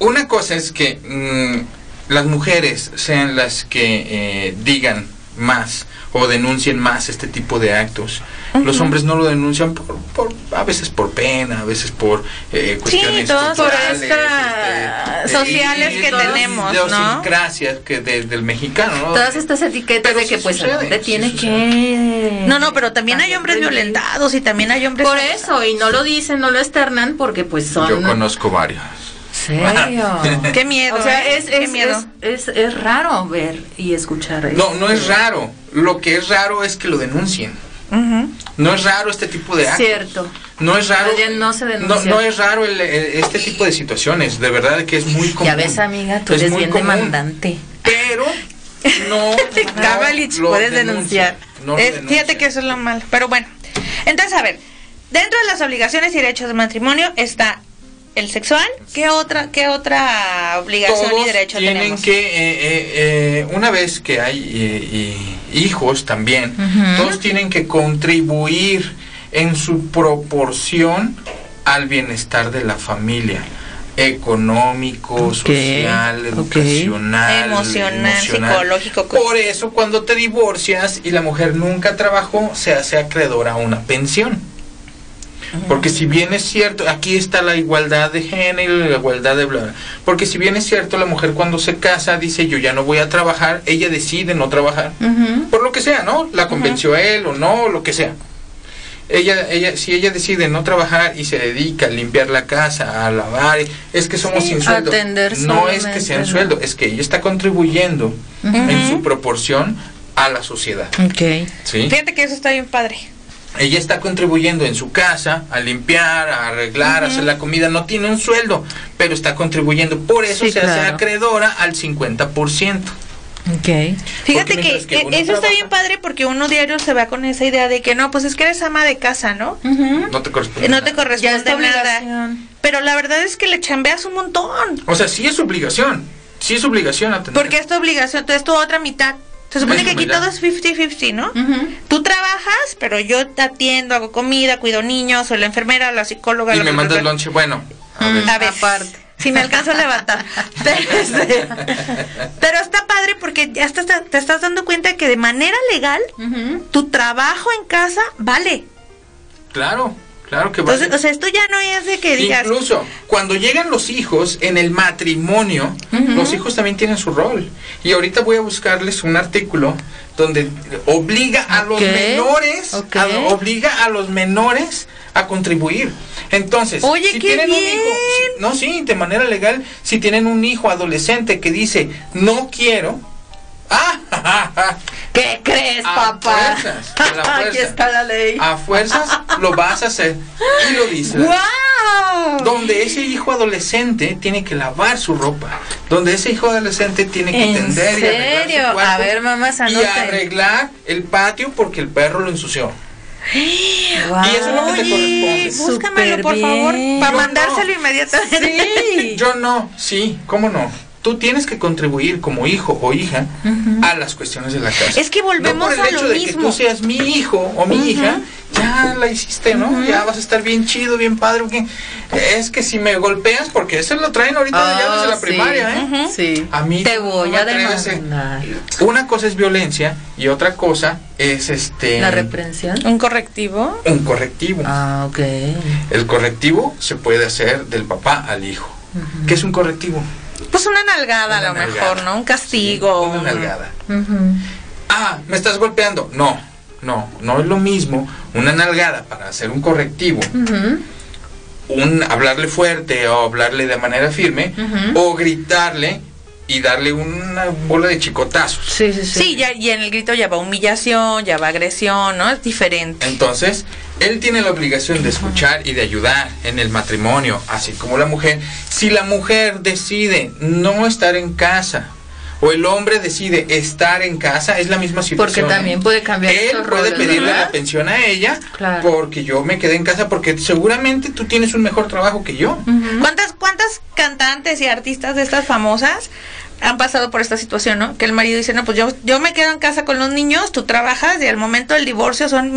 E: una cosa es que mm, las mujeres sean las que eh, digan más o denuncien más este tipo de actos. Los hombres no lo denuncian por, por- a veces por pena, a veces por eh, cuestiones
C: todos por
E: culturales,
D: esta-
E: este,
C: sociales que
E: todas las
C: tenemos, ¿no?
E: idiosincrasias que de- del mexicano, ¿no?
D: Todas estas etiquetas
E: Pero
D: de que
E: sí
D: pues
E: sucede,
D: el hombre
E: sí
D: tiene
E: sucede.
D: que...
C: no, no, pero también hay hombres violentados y también hay hombres...
D: Por eso, y no lo dicen, no lo externan porque pues son...
E: Yo conozco varios.
D: serio.
C: (laughs) Qué miedo,
D: O sea,
C: ¿eh?
D: es,
C: Qué
D: es-
C: miedo.
D: es- es- es raro ver y escuchar eso.
E: No, no es raro. Lo que es raro es que lo denuncien.
C: Ujú.
E: No es raro este tipo de actos.
D: Cierto.
E: No es raro.
D: Oye, no se denuncia.
E: No, no es raro el- el- este tipo de situaciones. De verdad que es muy común.
D: Ya ves, amiga, tú
E: Es
D: eres
E: muy
D: bien
E: común,
D: demandante.
E: Pero
D: (laughs)
E: no. no
C: Kavalich,
E: lo
C: puedes
E: denuncian,
C: denunciar.
E: no lo
C: Eh,
E: denuncian.
C: fíjate que eso es lo malo. Pero bueno, entonces a ver, dentro de las obligaciones y derechos del matrimonio está el sexual. ¿Qué otra, qué otra obligación
E: Todos
C: y derecho
E: tienen
C: tenemos?
E: que, eh, eh, eh, una vez que hay eh, eh, hijos también, todos tienen que contribuir en su proporción al bienestar de la familia económico, social, educacional,
C: Emocional, psicológico.
E: Por eso cuando te divorcias y la mujer nunca trabajó, se hace acreedora a una pensión. Porque si bien es cierto, aquí está la igualdad de género, la igualdad de bla, bla. Porque si bien es cierto, la mujer cuando se casa dice yo ya no voy a trabajar, ella decide no trabajar. Por lo que sea, ¿no? La convenció él o no, lo que sea. Ella, ella, si ella decide no trabajar y se dedica a limpiar la casa, a lavar, es que somos
D: Sí,
E: sin sueldo.
D: atender
E: No es que sea
D: solamente,
E: un
D: ¿no?
E: sueldo, es que ella está contribuyendo en su proporción a la sociedad.
D: Ok.
E: ¿sí?
C: Fíjate que eso está bien padre.
E: Ella está contribuyendo en su casa a limpiar, a arreglar, a hacer la comida. No tiene un sueldo, pero está contribuyendo. Por eso
D: Sí,
E: se hace
D: claro.
E: acreedora al 50%.
D: Ok.
C: Fíjate que,
E: mientras que
C: eh,
E: uno
C: eso está
E: trabaja-
C: bien padre porque uno diario se va con esa idea de que no, pues es que eres ama de casa, ¿no?
E: No te corresponde.
C: Eh, No te
E: nada.
D: Ya es tu
C: corresponde nada.
D: Pues, obligación.
C: Pero la verdad es que le chambeas un montón.
E: O sea, sí es obligación. Sí es obligación atender.
C: Porque es tu obligación, entonces tu otra mitad. Se supone
E: Es
C: que aquí
E: verdad.
C: todo es 50-50, ¿no? Tú trabajas, pero yo te atiendo, hago comida, cuido niños, soy la enfermera, la psicóloga.
E: Y
C: la-
E: me manda el lonche. Bueno, a ver.
C: A ver, si me alcanzo a levantar. Pero, este, pero está padre porque ya estás- te estás dando cuenta que de manera legal tu trabajo en casa vale.
E: Claro, claro que vale.
C: Entonces, o sea, esto ya no es de que digas...
E: Incluso cuando llegan los hijos en el matrimonio, los hijos también tienen su rol. Y ahorita voy a buscarles un artículo donde obliga a los
D: Ok,
E: menores,
D: ok.
E: a- obliga a los menores a contribuir. Entonces,
C: Oye, qué
E: un hijo, si- no, sí, de manera legal, si tienen un hijo adolescente que dice no quiero, ah, (laughs) ja, ja, ja,
D: ¿Qué crees,
E: A
D: papá?
E: fuerzas,
C: (laughs)
E: a la
D: Aquí
E: fuerza.
D: está la ley.
E: a fuerzas lo vas a hacer y lo dice
D: ¡Wow!
E: donde ese hijo adolescente tiene que lavar su ropa, donde ese hijo adolescente tiene que
D: ¿En
E: tender y arreglar su
D: serio?
E: cuarto
D: A ver, mamás,
E: y
D: anoten.
E: arreglar el patio porque el perro lo ensució. Y eso no que te corresponde.
C: Búscamelo, por favor, para mandárselo inmediatamente.
D: Sí.
E: Yo no, sí, ¿cómo no? Tú tienes que contribuir como hijo o hija a las cuestiones de la casa.
C: Es que volvemos
E: no por
C: a
E: el
C: lo
E: hecho de que
C: mismo.
E: tú seas mi hijo o mi hija, ya la hiciste, ¿no? Ya vas a estar bien chido, bien padre. porque Es que si me golpeas, porque eso lo traen ahorita
C: Ah,
E: de ya desde la primaria, ¿eh?
D: Ah, Sí.
E: A mí
C: Te
E: no
C: voy
E: me
C: a
E: atreves, eh.
D: demandar.
E: Una cosa es violencia y otra cosa es este
D: ¿La reprensión?
C: ¿Un correctivo?
E: un correctivo.
D: Ah, ok.
E: El correctivo se puede hacer del papá al hijo. ¿Qué es un correctivo?
C: Pues una nalgada a
E: Una
C: lo
E: nalgada.
C: mejor, ¿no? Un castigo.
E: Una
C: un-
E: nalgada.
D: Ujú.
E: Ah, me estás golpeando. No, no, no es lo mismo una nalgada para hacer un correctivo. Un hablarle fuerte o hablarle de manera firme o gritarle y darle una bola de chicotazos.
D: Sí, sí, sí.
C: Sí, ya, y en el grito ya va humillación, ya va agresión, ¿no? Es diferente.
E: Entonces, él tiene la obligación de escuchar y de ayudar en el matrimonio, así como la mujer. Si la mujer decide no estar en casa o el hombre decide estar en casa, es la misma situación.
D: Porque también puede cambiar
E: Él
D: esos
E: puede
D: roles,
E: pedirle
D: ¿verdad?
E: la pensión a ella
D: Claro.
E: porque yo me quedé en casa porque seguramente tú tienes un mejor trabajo que yo.
D: Mm.
C: ¿Cuántas, ¿Cuántas cantantes y artistas de estas famosas han pasado por esta situación, no? Que el marido dice, no, pues yo, yo me quedo en casa con los niños, tú trabajas y al momento del divorcio son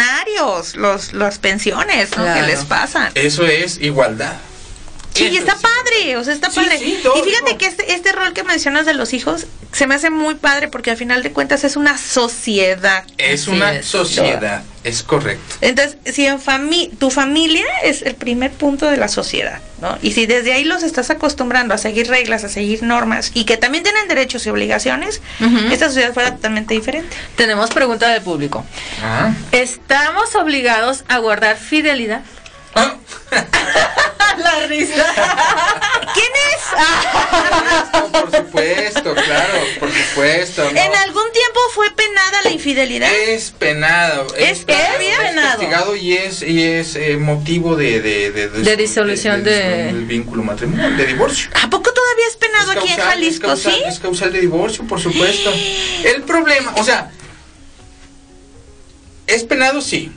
C: millonarios los, las pensiones, ¿no?
D: Claro.
C: Que les pasan.
E: Eso es igualdad.
C: Sí, y
E: Eso
C: está
E: es-
C: padre, o sea, está
E: eh, Sí,
C: padre.
E: sí, todo
C: y fíjate
E: digo.
C: que este, este rol que mencionas de los hijos se me hace muy padre porque al final de cuentas es una sociedad.
E: Es
D: Así
E: una
D: es.
E: sociedad, es correcto.
C: Entonces, si en fami tu familia es el primer punto de la sociedad, ¿no? Y si desde ahí los estás acostumbrando a seguir reglas, a seguir normas y que también tienen derechos y obligaciones,
D: Ujú.
C: esta sociedad fuera totalmente diferente.
D: Tenemos pregunta del público.
E: Ah.
D: ¿Estamos obligados a guardar
E: (laughs)
D: fidelidad? Oh,
E: Ah.
D: La risa.
C: ¿Quién es? Ah.
E: No, por supuesto, claro, por supuesto. ¿no? Eh,
C: en algún tiempo fue penada la infidelidad.
E: Es penado.
C: Es- es penado.
E: castigado y es, y es eh, motivo de... De,
D: De disolución de-
E: del vínculo matrimonial, de divorcio.
C: ¿A poco todavía es penado
E: Es
C: aquí en
E: causal,
C: Jalisco,
E: es causal,
C: sí?
E: Es causal de divorcio, por supuesto. El problema, o sea, es penado, sí,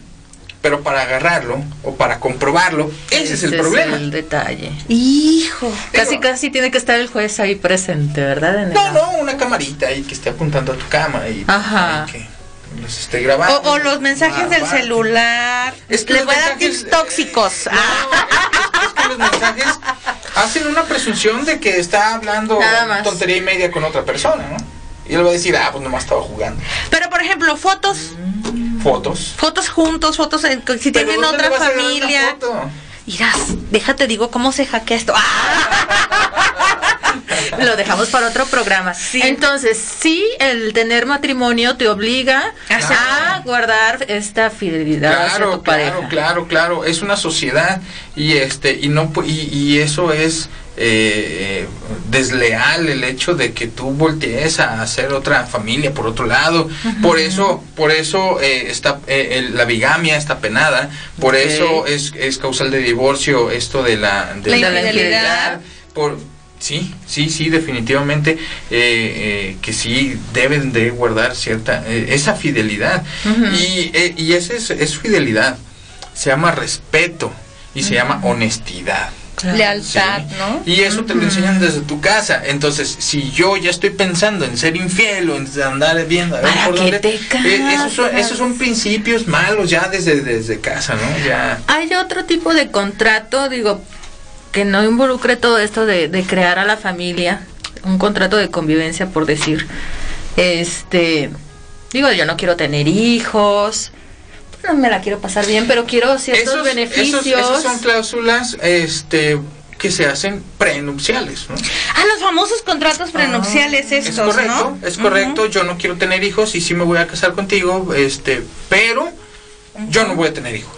E: pero para agarrarlo o para comprobarlo, (laughs) ese es el problema.
D: Es el detalle.
C: Hijo.
D: Casi,
E: Digo-
D: casi tiene que estar el juez ahí presente, ¿verdad? En el-
E: No, no, una camarita ahí que esté apuntando a tu cama y,
D: Ajá.
E: y que los esté grabando.
C: O, o los mensajes del
E: Aparte.
C: celular.
E: Es que
C: Le
E: los
C: voy a dar
E: mensajes, eh,
C: tips tóxicos.
E: No,
C: Ah.
E: es, es que los mensajes hacen una presunción de que está hablando
D: Nada más.
E: tontería y media con otra persona, ¿no? Y él va a decir, ah, pues nomás estaba jugando.
C: Pero, por ejemplo, fotos.
E: Fotos.
C: Fotos juntos, fotos en- si
E: Pero
C: tienen
E: ¿dónde le
C: otra
E: vas a agarrar una
C: familia.
E: foto?
C: Irás, déjate digo cómo se hackea esto. ¡Ah!
D: Lo dejamos para otro programa.
C: Sí.
D: Entonces, sí, el tener matrimonio te obliga
C: Ajá.
D: a guardar esta fidelidad hacia
E: Ah, Claro,
D: tu pareja.
E: claro, claro, claro. Es una sociedad y este y no pu- y, y eso es eh, desleal el hecho de que tú voltees a hacer otra familia por otro lado. Por eso, por eso eh, está eh, el- la bigamia está penada. Por
D: Ok.
E: eso es, es causal de divorcio esto de la de
C: La
E: la
C: infidelidad.
E: Por Sí, sí, sí, definitivamente eh, eh, que sí deben de guardar cierta eh, esa fidelidad y, eh, y esa es, es fidelidad. Se llama respeto y se llama honestidad.
C: Lealtad,
E: ¿sí?
C: ¿no?
E: Y eso te lo enseñan desde tu casa. Entonces, si yo ya estoy pensando en ser infiel o en andar viendo a ver
D: ¿Para
E: por
D: qué
E: dónde,
D: te
E: eh, esos, son,
D: casas?
E: esos son principios malos ya desde, desde casa, ¿no? Ya.
D: Hay otro tipo de contrato, digo, que no involucre todo esto de, de crear a la familia, un contrato de convivencia, por decir. Este, digo, yo no quiero tener hijos, no me la quiero pasar bien, pero quiero ciertos
E: Esos-
D: beneficios.
E: esos- esas son cláusulas este, que se hacen prenupciales, ¿no?
C: Ah, los famosos contratos prenupciales estos,
E: Ah, Es correcto,
C: ¿no?
E: es correcto. Yo no quiero tener hijos y sí me voy a casar contigo, este, pero yo no voy a tener hijos.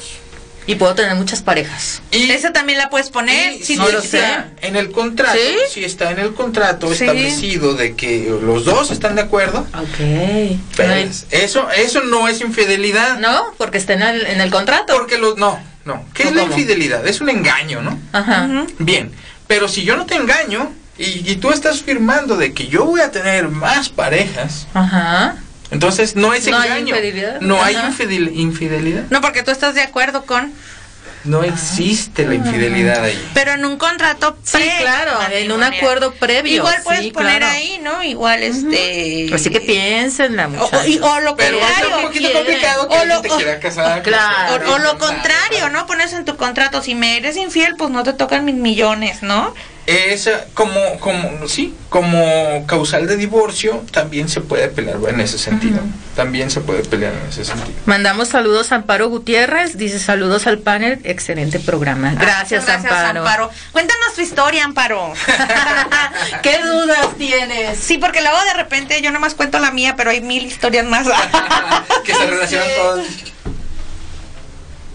D: y puedo tener muchas parejas.
E: Y
C: Esa también la puedes poner.
E: y
C: si
E: no
C: tú
E: lo
C: quisieras.
E: está en el contrato,
D: ¿Sí?
E: si está en el contrato
C: Sí.
E: establecido de que los dos están de acuerdo,
D: Ok.
E: pero eso, eso no es infidelidad,
D: no, porque está en el, en el contrato.
E: porque los no, no. ¿Qué
D: ¿O
E: es la
D: cómo?
E: infidelidad? Es un engaño, ¿no?
D: Ajá.
E: Bien, pero si yo no te engaño y, y tú estás firmando de que yo voy a tener más parejas,
D: Ajá.
E: Entonces, no es
D: No hay
E: engaño.
D: infidelidad.
E: No hay
D: Ajá.
E: infidel- infidelidad.
C: No, porque tú estás de acuerdo con. Ah.
E: No existe la infidelidad ahí.
C: Pero en un contrato Ah,
D: Sí, claro, en un
C: matrimonial.
D: acuerdo previo,
C: Igual puedes
D: sí,
C: poner
D: claro.
C: ahí, ¿no? Igual este.
D: Así que piensen la
C: O,
D: muchacha.
C: o- y- o lo
E: Pero
C: contrario.
E: es un poquito
D: quieren.
E: complicado que
C: O
E: alguien
C: lo-
E: te quiera casar.
D: Claro.
E: pues,
C: O, o
E: claro.
C: lo contrario, ¿no? Pones en tu contrato, si me eres infiel, pues no te tocan mis millones, ¿no?
E: Es eh, como, como, sí, como causal de divorcio también se puede pelear en ese sentido. También se puede pelear en ese sentido.
D: Mandamos saludos a Amparo Gutiérrez, dice saludos al panel, excelente programa. Gracias,
C: Muchas
D: Amparo.
C: Cuéntanos tu
D: (laughs)
C: historia, Amparo. (laughs)
D: ¿Qué dudas tienes?
C: sí, porque luego de repente yo nomás cuento la mía, pero hay mil historias
D: (laughs)
C: más. Ah, (laughs)
E: que se relacionan todos.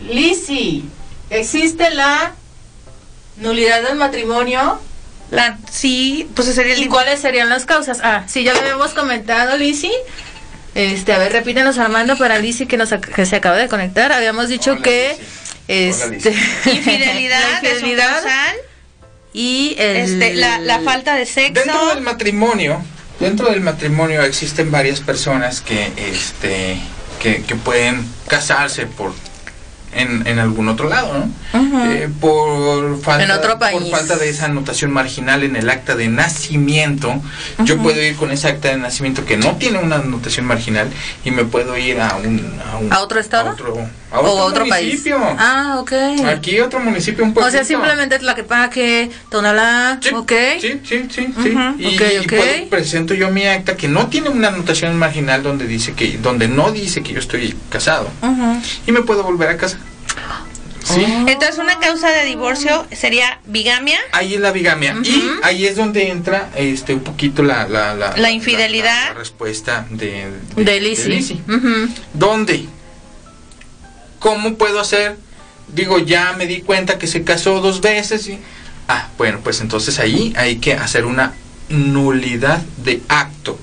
D: Lisi, ¿existe la nulidad del matrimonio?
C: La- sí, pues sería el
D: ¿Y cuáles serían las causas? Ah, sí, ya lo habíamos comentado, Lisi. Este, a ver, repítenos, Armando, para Lisi que, nos ac- que se acaba de conectar. Habíamos dicho
E: Hola,
D: que...
E: Lisi. Hola,
D: Este,
C: (laughs)
D: (laughs)
C: infidelidad,
D: la
C: es un
D: infidelidad
C: causal,
D: y el-
C: este, la, la falta de sexo.
E: Dentro del matrimonio, dentro del matrimonio existen varias personas que, este, que, que pueden casarse por en, en algún otro lado, ¿no? Eh, por falta,
D: En otro
E: por
D: país.
E: falta de esa anotación marginal en el acta de nacimiento, yo puedo ir con ese acta de nacimiento que no tiene una anotación marginal y me puedo ir a un a, un-
D: ¿A otro estado?
E: a otro, a
D: o
E: Ah, otro
D: otro país.
E: municipio.
D: Ah, ok.
E: Aquí otro municipio un
D: O sea,
E: pueblito.
D: simplemente Tlaquepaque, Tonalá,
E: Sí,
D: ok.
E: Sí, sí, sí, sí.
D: Ujú,
E: Y,
D: ok,
E: y
D: ok.
E: puedo- presento yo mi acta que no tiene una anotación marginal donde dice que, donde no dice que yo estoy casado. Y me puedo volver a casa. Sí.
D: Oh.
C: Entonces, una causa de divorcio sería bigamia,
E: Ahí es la bigamia. Y ahí es donde entra este un poquito la, la,
C: La
E: la-
C: infidelidad.
E: la respuesta de,
D: De Lisi.
E: Lisi.
D: Ujú.
E: ¿Dónde? ¿Cómo puedo hacer? Digo, ya me di cuenta que se casó dos veces. y- Ah, bueno, pues entonces ahí hay que hacer una nulidad de acto.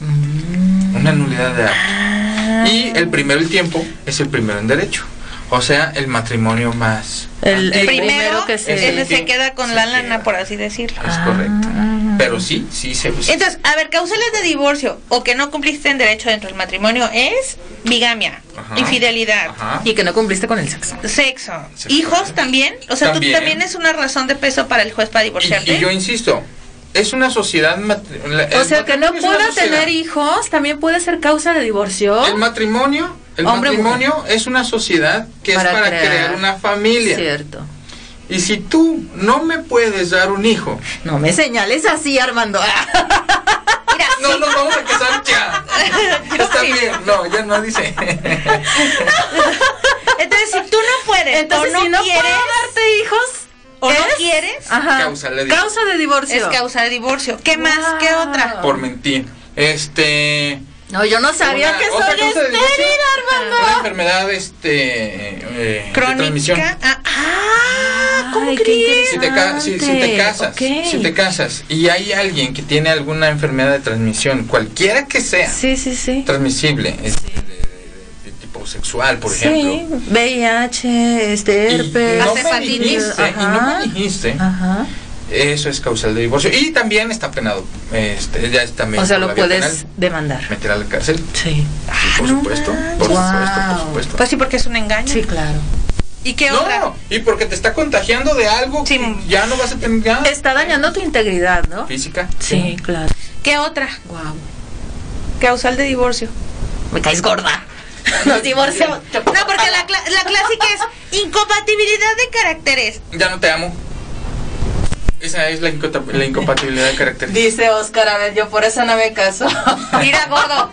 D: Mm.
E: Una nulidad de acto.
D: Ah.
E: Y el primero el tiempo es el primero en derecho. O sea, el matrimonio más.
D: El, el
E: antiguo.
D: primero que se...
E: es el
C: él se
E: que
C: queda con
E: se
C: la lana,
E: queda.
C: por así decirlo.
E: Es correcto.
D: Ah.
E: Pero sí, sí se usa.
C: Entonces, a ver, causales de divorcio o que no cumpliste en derecho dentro del matrimonio es bigamia,
E: Ajá.
C: infidelidad,
E: Ajá.
D: Y que no cumpliste con el sexo.
C: sexo,
E: Sexual.
C: hijos también. O sea,
E: También.
C: tú también es una razón de peso para el juez para
E: Y,
C: divorciarte.
E: y yo insisto, es una sociedad. matri- la-
D: O
E: el
D: sea, que no
E: matrimonio es una
D: pueda
E: sociedad.
D: tener hijos también puede ser causa de divorcio.
E: El matrimonio, el
D: Hombre,
E: matrimonio es una sociedad que es para crear, una familia.
D: Cierto.
E: Y si tú no me puedes dar un hijo,
D: No me señales así,
E: (laughs)
D: Armando. Ah,
E: no nos vamos a casar
D: (laughs)
E: ya. Está bien, no, ya no dice.
C: (laughs) Entonces, si tú no puedes
D: Entonces,
C: o no,
D: si no Ah,
C: quieres
D: puedo darte hijos,
C: o no
D: ¿es?
C: quieres,
D: Ajá.
E: Causa de divorcio.
D: Causa de divorcio.
C: es causa de divorcio. ¿Qué más? ¿Qué
D: Wow.
C: otra?
E: Por mentir. Este.
D: No, yo no sabía
E: una-
D: que
E: otra
D: soy
E: causa de
D: estéril,
E: divorcio, Una
D: Armando.
E: enfermedad, este. eh, de transmisión.
C: Crónica. Ah, ah, ¿cómo
D: Ay, qué
C: crees?
E: Si te, ca- si- si te
D: Interesante.
E: casas,
D: Ok.
E: si te casas y hay alguien que tiene alguna enfermedad de transmisión, cualquiera que sea,
D: Sí, sí, sí.
E: transmisible, este, de, de- de tipo sexual, por ejemplo,
D: Sí, VIH, este, herpes,
E: no me
C: hepatitis,
E: dijiste, y no me dijiste,
D: Ajá.
E: eso es causal de divorcio. Y también está penado, este, ya está
D: O sea,
E: por la
D: lo
E: vía
D: puedes
E: penal,
D: demandar.
E: meter a la cárcel, sí,
D: Sí.
E: por supuesto, por
D: manches.
E: supuesto, por
D: Wow.
E: supuesto.
C: Pues sí, porque es un engaño.
D: Sí, claro.
C: ¿Y qué otra?
E: no, y porque te está contagiando de algo
C: Sí.
E: que ya no vas a tener nada
D: Está dañando tu integridad, ¿no?
E: física.
D: Sí, claro.
C: ¿Qué otra?
D: Wow.
C: Causal de divorcio.
D: Me caes
C: (laughs)
D: gorda. Nos divorciamos.
C: No, porque la, cla- la clásica es incompatibilidad de caracteres.
E: Ya no te amo. Esa es la, incota- la incompatibilidad de carácter.
D: Dice Oscar, a ver, yo por eso no me (laughs) caso.
C: Mira, gordo,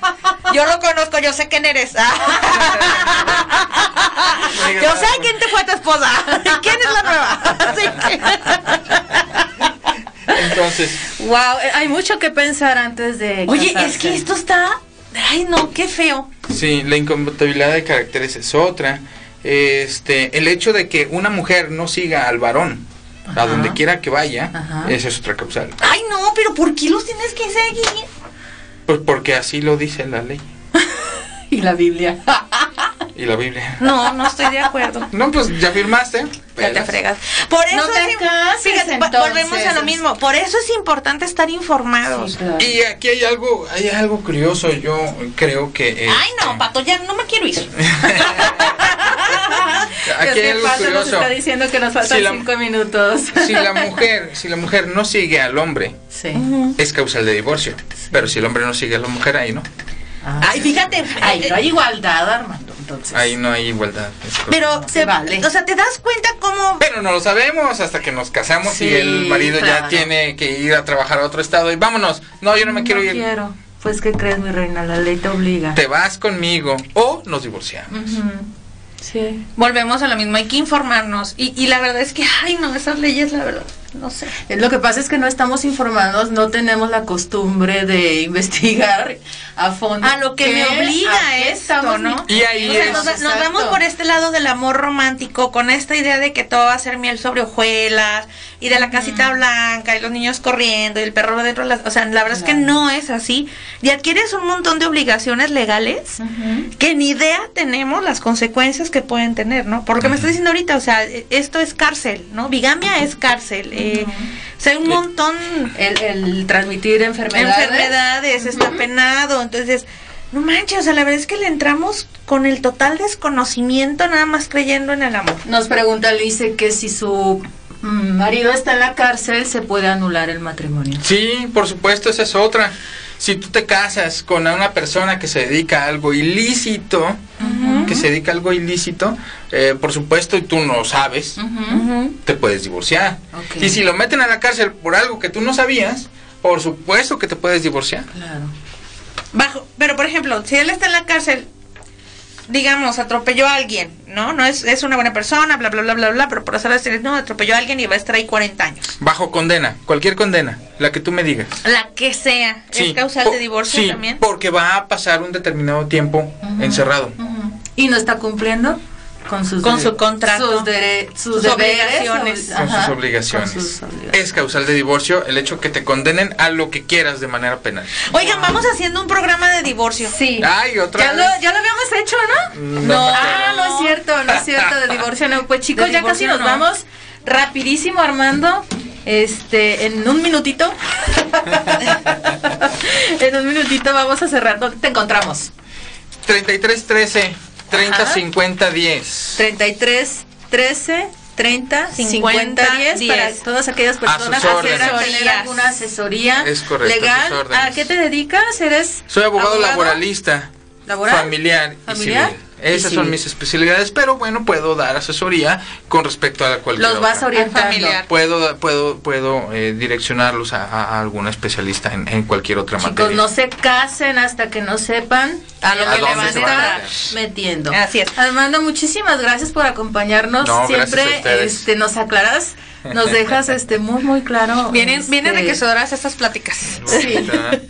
C: yo lo conozco, yo sé quién eres. Ah. yo sé quién te fue tu esposa. ¿Quién es la nueva?
E: Entonces,
D: wow, eh, hay mucho que pensar antes de.
C: Oye, es
D: casarse.
C: que esto está... Ay, no, qué feo.
E: Sí, la incompatibilidad de caracteres es otra. Este, el hecho de que una mujer no siga al varón a donde quiera que vaya,
D: Ajá.
E: esa es otra causal.
C: Ay, no, pero ¿por qué los tienes que seguir?
E: Pues porque así lo dice la ley.
D: (laughs) Y la Biblia.
E: y la Biblia.
C: (laughs) No, no estoy de acuerdo.
E: No, pues ya firmaste.
C: Ya te
E: pelas.
C: fregas. Por eso
D: No te
C: es im-
D: cases,
C: fíjate, va- volvemos a lo
D: entonces.
C: mismo. Por eso es importante estar informados.
E: Y aquí hay algo, hay algo curioso, yo creo que... eh,
C: Ay, no, Pato, ya no me quiero ir.
E: Aquí hay
D: es que
E: algo
D: Pato nos
E: curioso.
D: está diciendo que nos faltan
E: Si la-
D: cinco minutos.
E: Si la
D: (laughs)
E: mujer, si la mujer no sigue al hombre,
D: Sí.
E: es causal de divorcio. Pero si el hombre no sigue a la mujer, ahí no.
C: Ay, fíjate.
H: Ahí
C: eh,
H: no hay igualdad, Armando, entonces.
E: Ahí no hay igualdad. Es correcto.
C: Pero se
H: vale.
C: O sea, ¿te das cuenta cómo
E: Pero no lo sabemos hasta que nos casamos y
H: Sí,
E: el marido ya
H: claro.
E: tiene que ir a trabajar a otro estado y vámonos. No, yo no me quiero ir.
H: quiero. Pues, ¿qué crees, mi reina? La ley te obliga.
E: Te vas conmigo o nos divorciamos.
D: Sí.
C: volvemos a lo mismo? Hay que informarnos. Y, y la verdad es que, ay, no, esas leyes, la verdad, no sé.
D: Lo que pasa es que no estamos informados, no tenemos la costumbre de (laughs) investigar a fondo.
C: A lo que
D: ¿Qué?
C: me
D: ¿A
C: obliga
D: qué
C: esto, ¿no?
E: Y ahí
C: O sea,
E: es-
C: nos, va- nos
D: Exacto.
C: vamos por este lado del amor romántico, con esta idea de que todo va a ser miel sobre hojuelas, y de la casita blanca, y los niños corriendo, y el perro dentro de las... O sea, la verdad es que no es así. Y adquieres un montón de obligaciones legales que ni idea tenemos las consecuencias que pueden tener, ¿no? Por lo que me estás diciendo ahorita, o sea, e- esto es cárcel, ¿no? Bigamia es cárcel. eh, O sea, hay un montón
D: El, el transmitir enfermedades.
C: enfermedades, está penado. Entonces, no manches, o sea, la verdad es que le entramos con el total desconocimiento, nada más creyendo en el amor.
D: Nos pregunta Lice que si su mm, marido está en la cárcel, se puede anular el matrimonio.
E: Sí, por supuesto, esa es otra. Si tú te casas con una persona que se dedica a algo ilícito, que se dedica a algo ilícito, eh, por supuesto, y tú no sabes, te puedes divorciar.
D: Ok.
E: Y si lo meten a la cárcel por algo que tú no sabías, por supuesto que te puedes divorciar.
D: Claro.
C: Bajo, pero por ejemplo, si él está en la cárcel, digamos, atropelló a alguien, ¿no? No es, es una buena persona, bla, bla, bla, bla, bla, pero por hacer las series, no, atropelló a alguien y va a estar ahí 40 años.
E: Bajo condena, cualquier condena, la que tú me digas.
C: La que sea,
E: Sí,
C: es causal
E: po-
C: de divorcio
E: sí,
C: también.
E: porque va a pasar un determinado tiempo encerrado.
D: Y no está cumpliendo con sus
C: Con
D: dere-
C: su contrato.
D: sus, dere- sus,
C: Sus
D: deberes,
C: obligaciones.
D: sus-
E: Con
D: ajá,
E: sus obligaciones.
D: con sus obligaciones.
E: Es causal de divorcio el hecho que te condenen a lo que quieras de manera penal.
C: Oigan, vamos haciendo un programa de divorcio.
D: Sí.
E: Ay, otra
D: ya, lo,
E: vez.
D: ya lo habíamos hecho, ¿no?
E: No,
C: Mm,
D: Ah, no es cierto, no es cierto, de divorcio no. Pues chicos,
C: De
D: ya casi
C: divorcio
D: nos
C: no.
D: vamos rapidísimo, Armando. Este, en un minutito. (laughs) en un minutito vamos a cerrar. ¿Dónde te encontramos?
E: 33 13 30
D: Ajá.
E: 50 10.
D: 33 13 30 50,
C: 50,
D: 10, para
C: 10.
D: todas aquellas personas
E: sus
D: que quieran
E: órdenes.
D: tener alguna asesoría
E: Es correcto, a sus
D: legal.
E: órdenes.
D: ¿A qué te dedicas? ¿Eres
E: Soy abogado, laboralista,
D: ¿Laboral?
E: familiar,
D: ¿Familiar?
E: y civil. Esas
D: Y
E: son
D: civil.
E: mis especialidades, pero bueno, puedo dar asesoría con respecto a cualquier
D: Los vas
E: otra.
D: orientando.
C: familiar.
E: Puedo, puedo, puedo eh, direccionarlos a, a- a algún especialista en, en cualquier otra
D: Chicos,
E: materia.
D: no se casen hasta que no sepan a lo
E: ¿A
D: que le
E: dónde
D: van a
E: se van a
D: estar
E: meter?
D: metiendo.
C: Así es.
D: Armando, muchísimas gracias por acompañarnos.
E: No, gracias
D: Siempre
E: a ustedes.
D: este, nos aclaras, nos dejas este muy muy claro.
C: Vienen,
D: este,
C: vienen enriquecedoras estas pláticas.
D: Sí.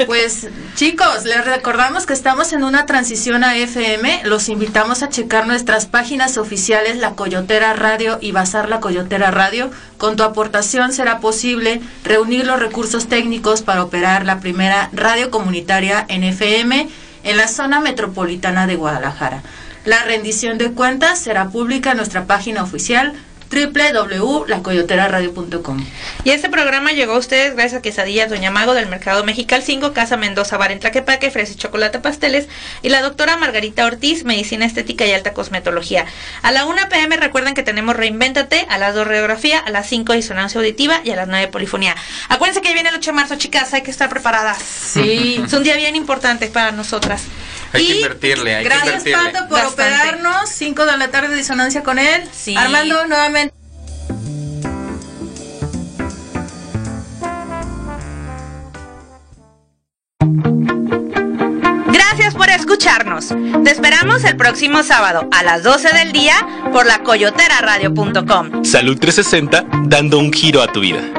D: Pues chicos, les recordamos que estamos en una transición a FM. Los invitamos a checar nuestras páginas oficiales La Coyotera Radio y Bazar La Coyotera Radio. Con tu aportación será posible reunir los recursos técnicos para operar la primera radio comunitaria en FM en la zona metropolitana de Guadalajara. La rendición de cuentas será pública en nuestra página oficial www.lacoyoteraradio.com.
C: Y este programa llegó a ustedes gracias a Quesadillas Doña Mago del Mercado Mexical 5, Casa Mendoza Bar en Tlaquepaque, Fresa y Chocolate Pasteles y la doctora Margarita Ortiz, Medicina Estética y Alta Cosmetología. A la 1 pm recuerden que tenemos Reinvéntate, a las 2 Radiografía, a las 5 Disonancia Auditiva y a las 9 Polifonía. Acuérdense que viene el 8 de marzo, chicas, hay que estar preparadas.
D: Sí.
C: Es un día bien importante para nosotras.
E: Mm. Hay
C: Y
E: que invertirle, hay que
D: Gracias,
E: invertirle.
D: Pato, por
C: Bastante.
D: operarnos. 5 de la tarde, disonancia con él.
C: Sí.
D: Armando, nuevamente.
C: Gracias por escucharnos. Te esperamos el próximo sábado a las 12 del día por la coyoteraradio.com.
B: Salud 360, dando un giro a tu vida.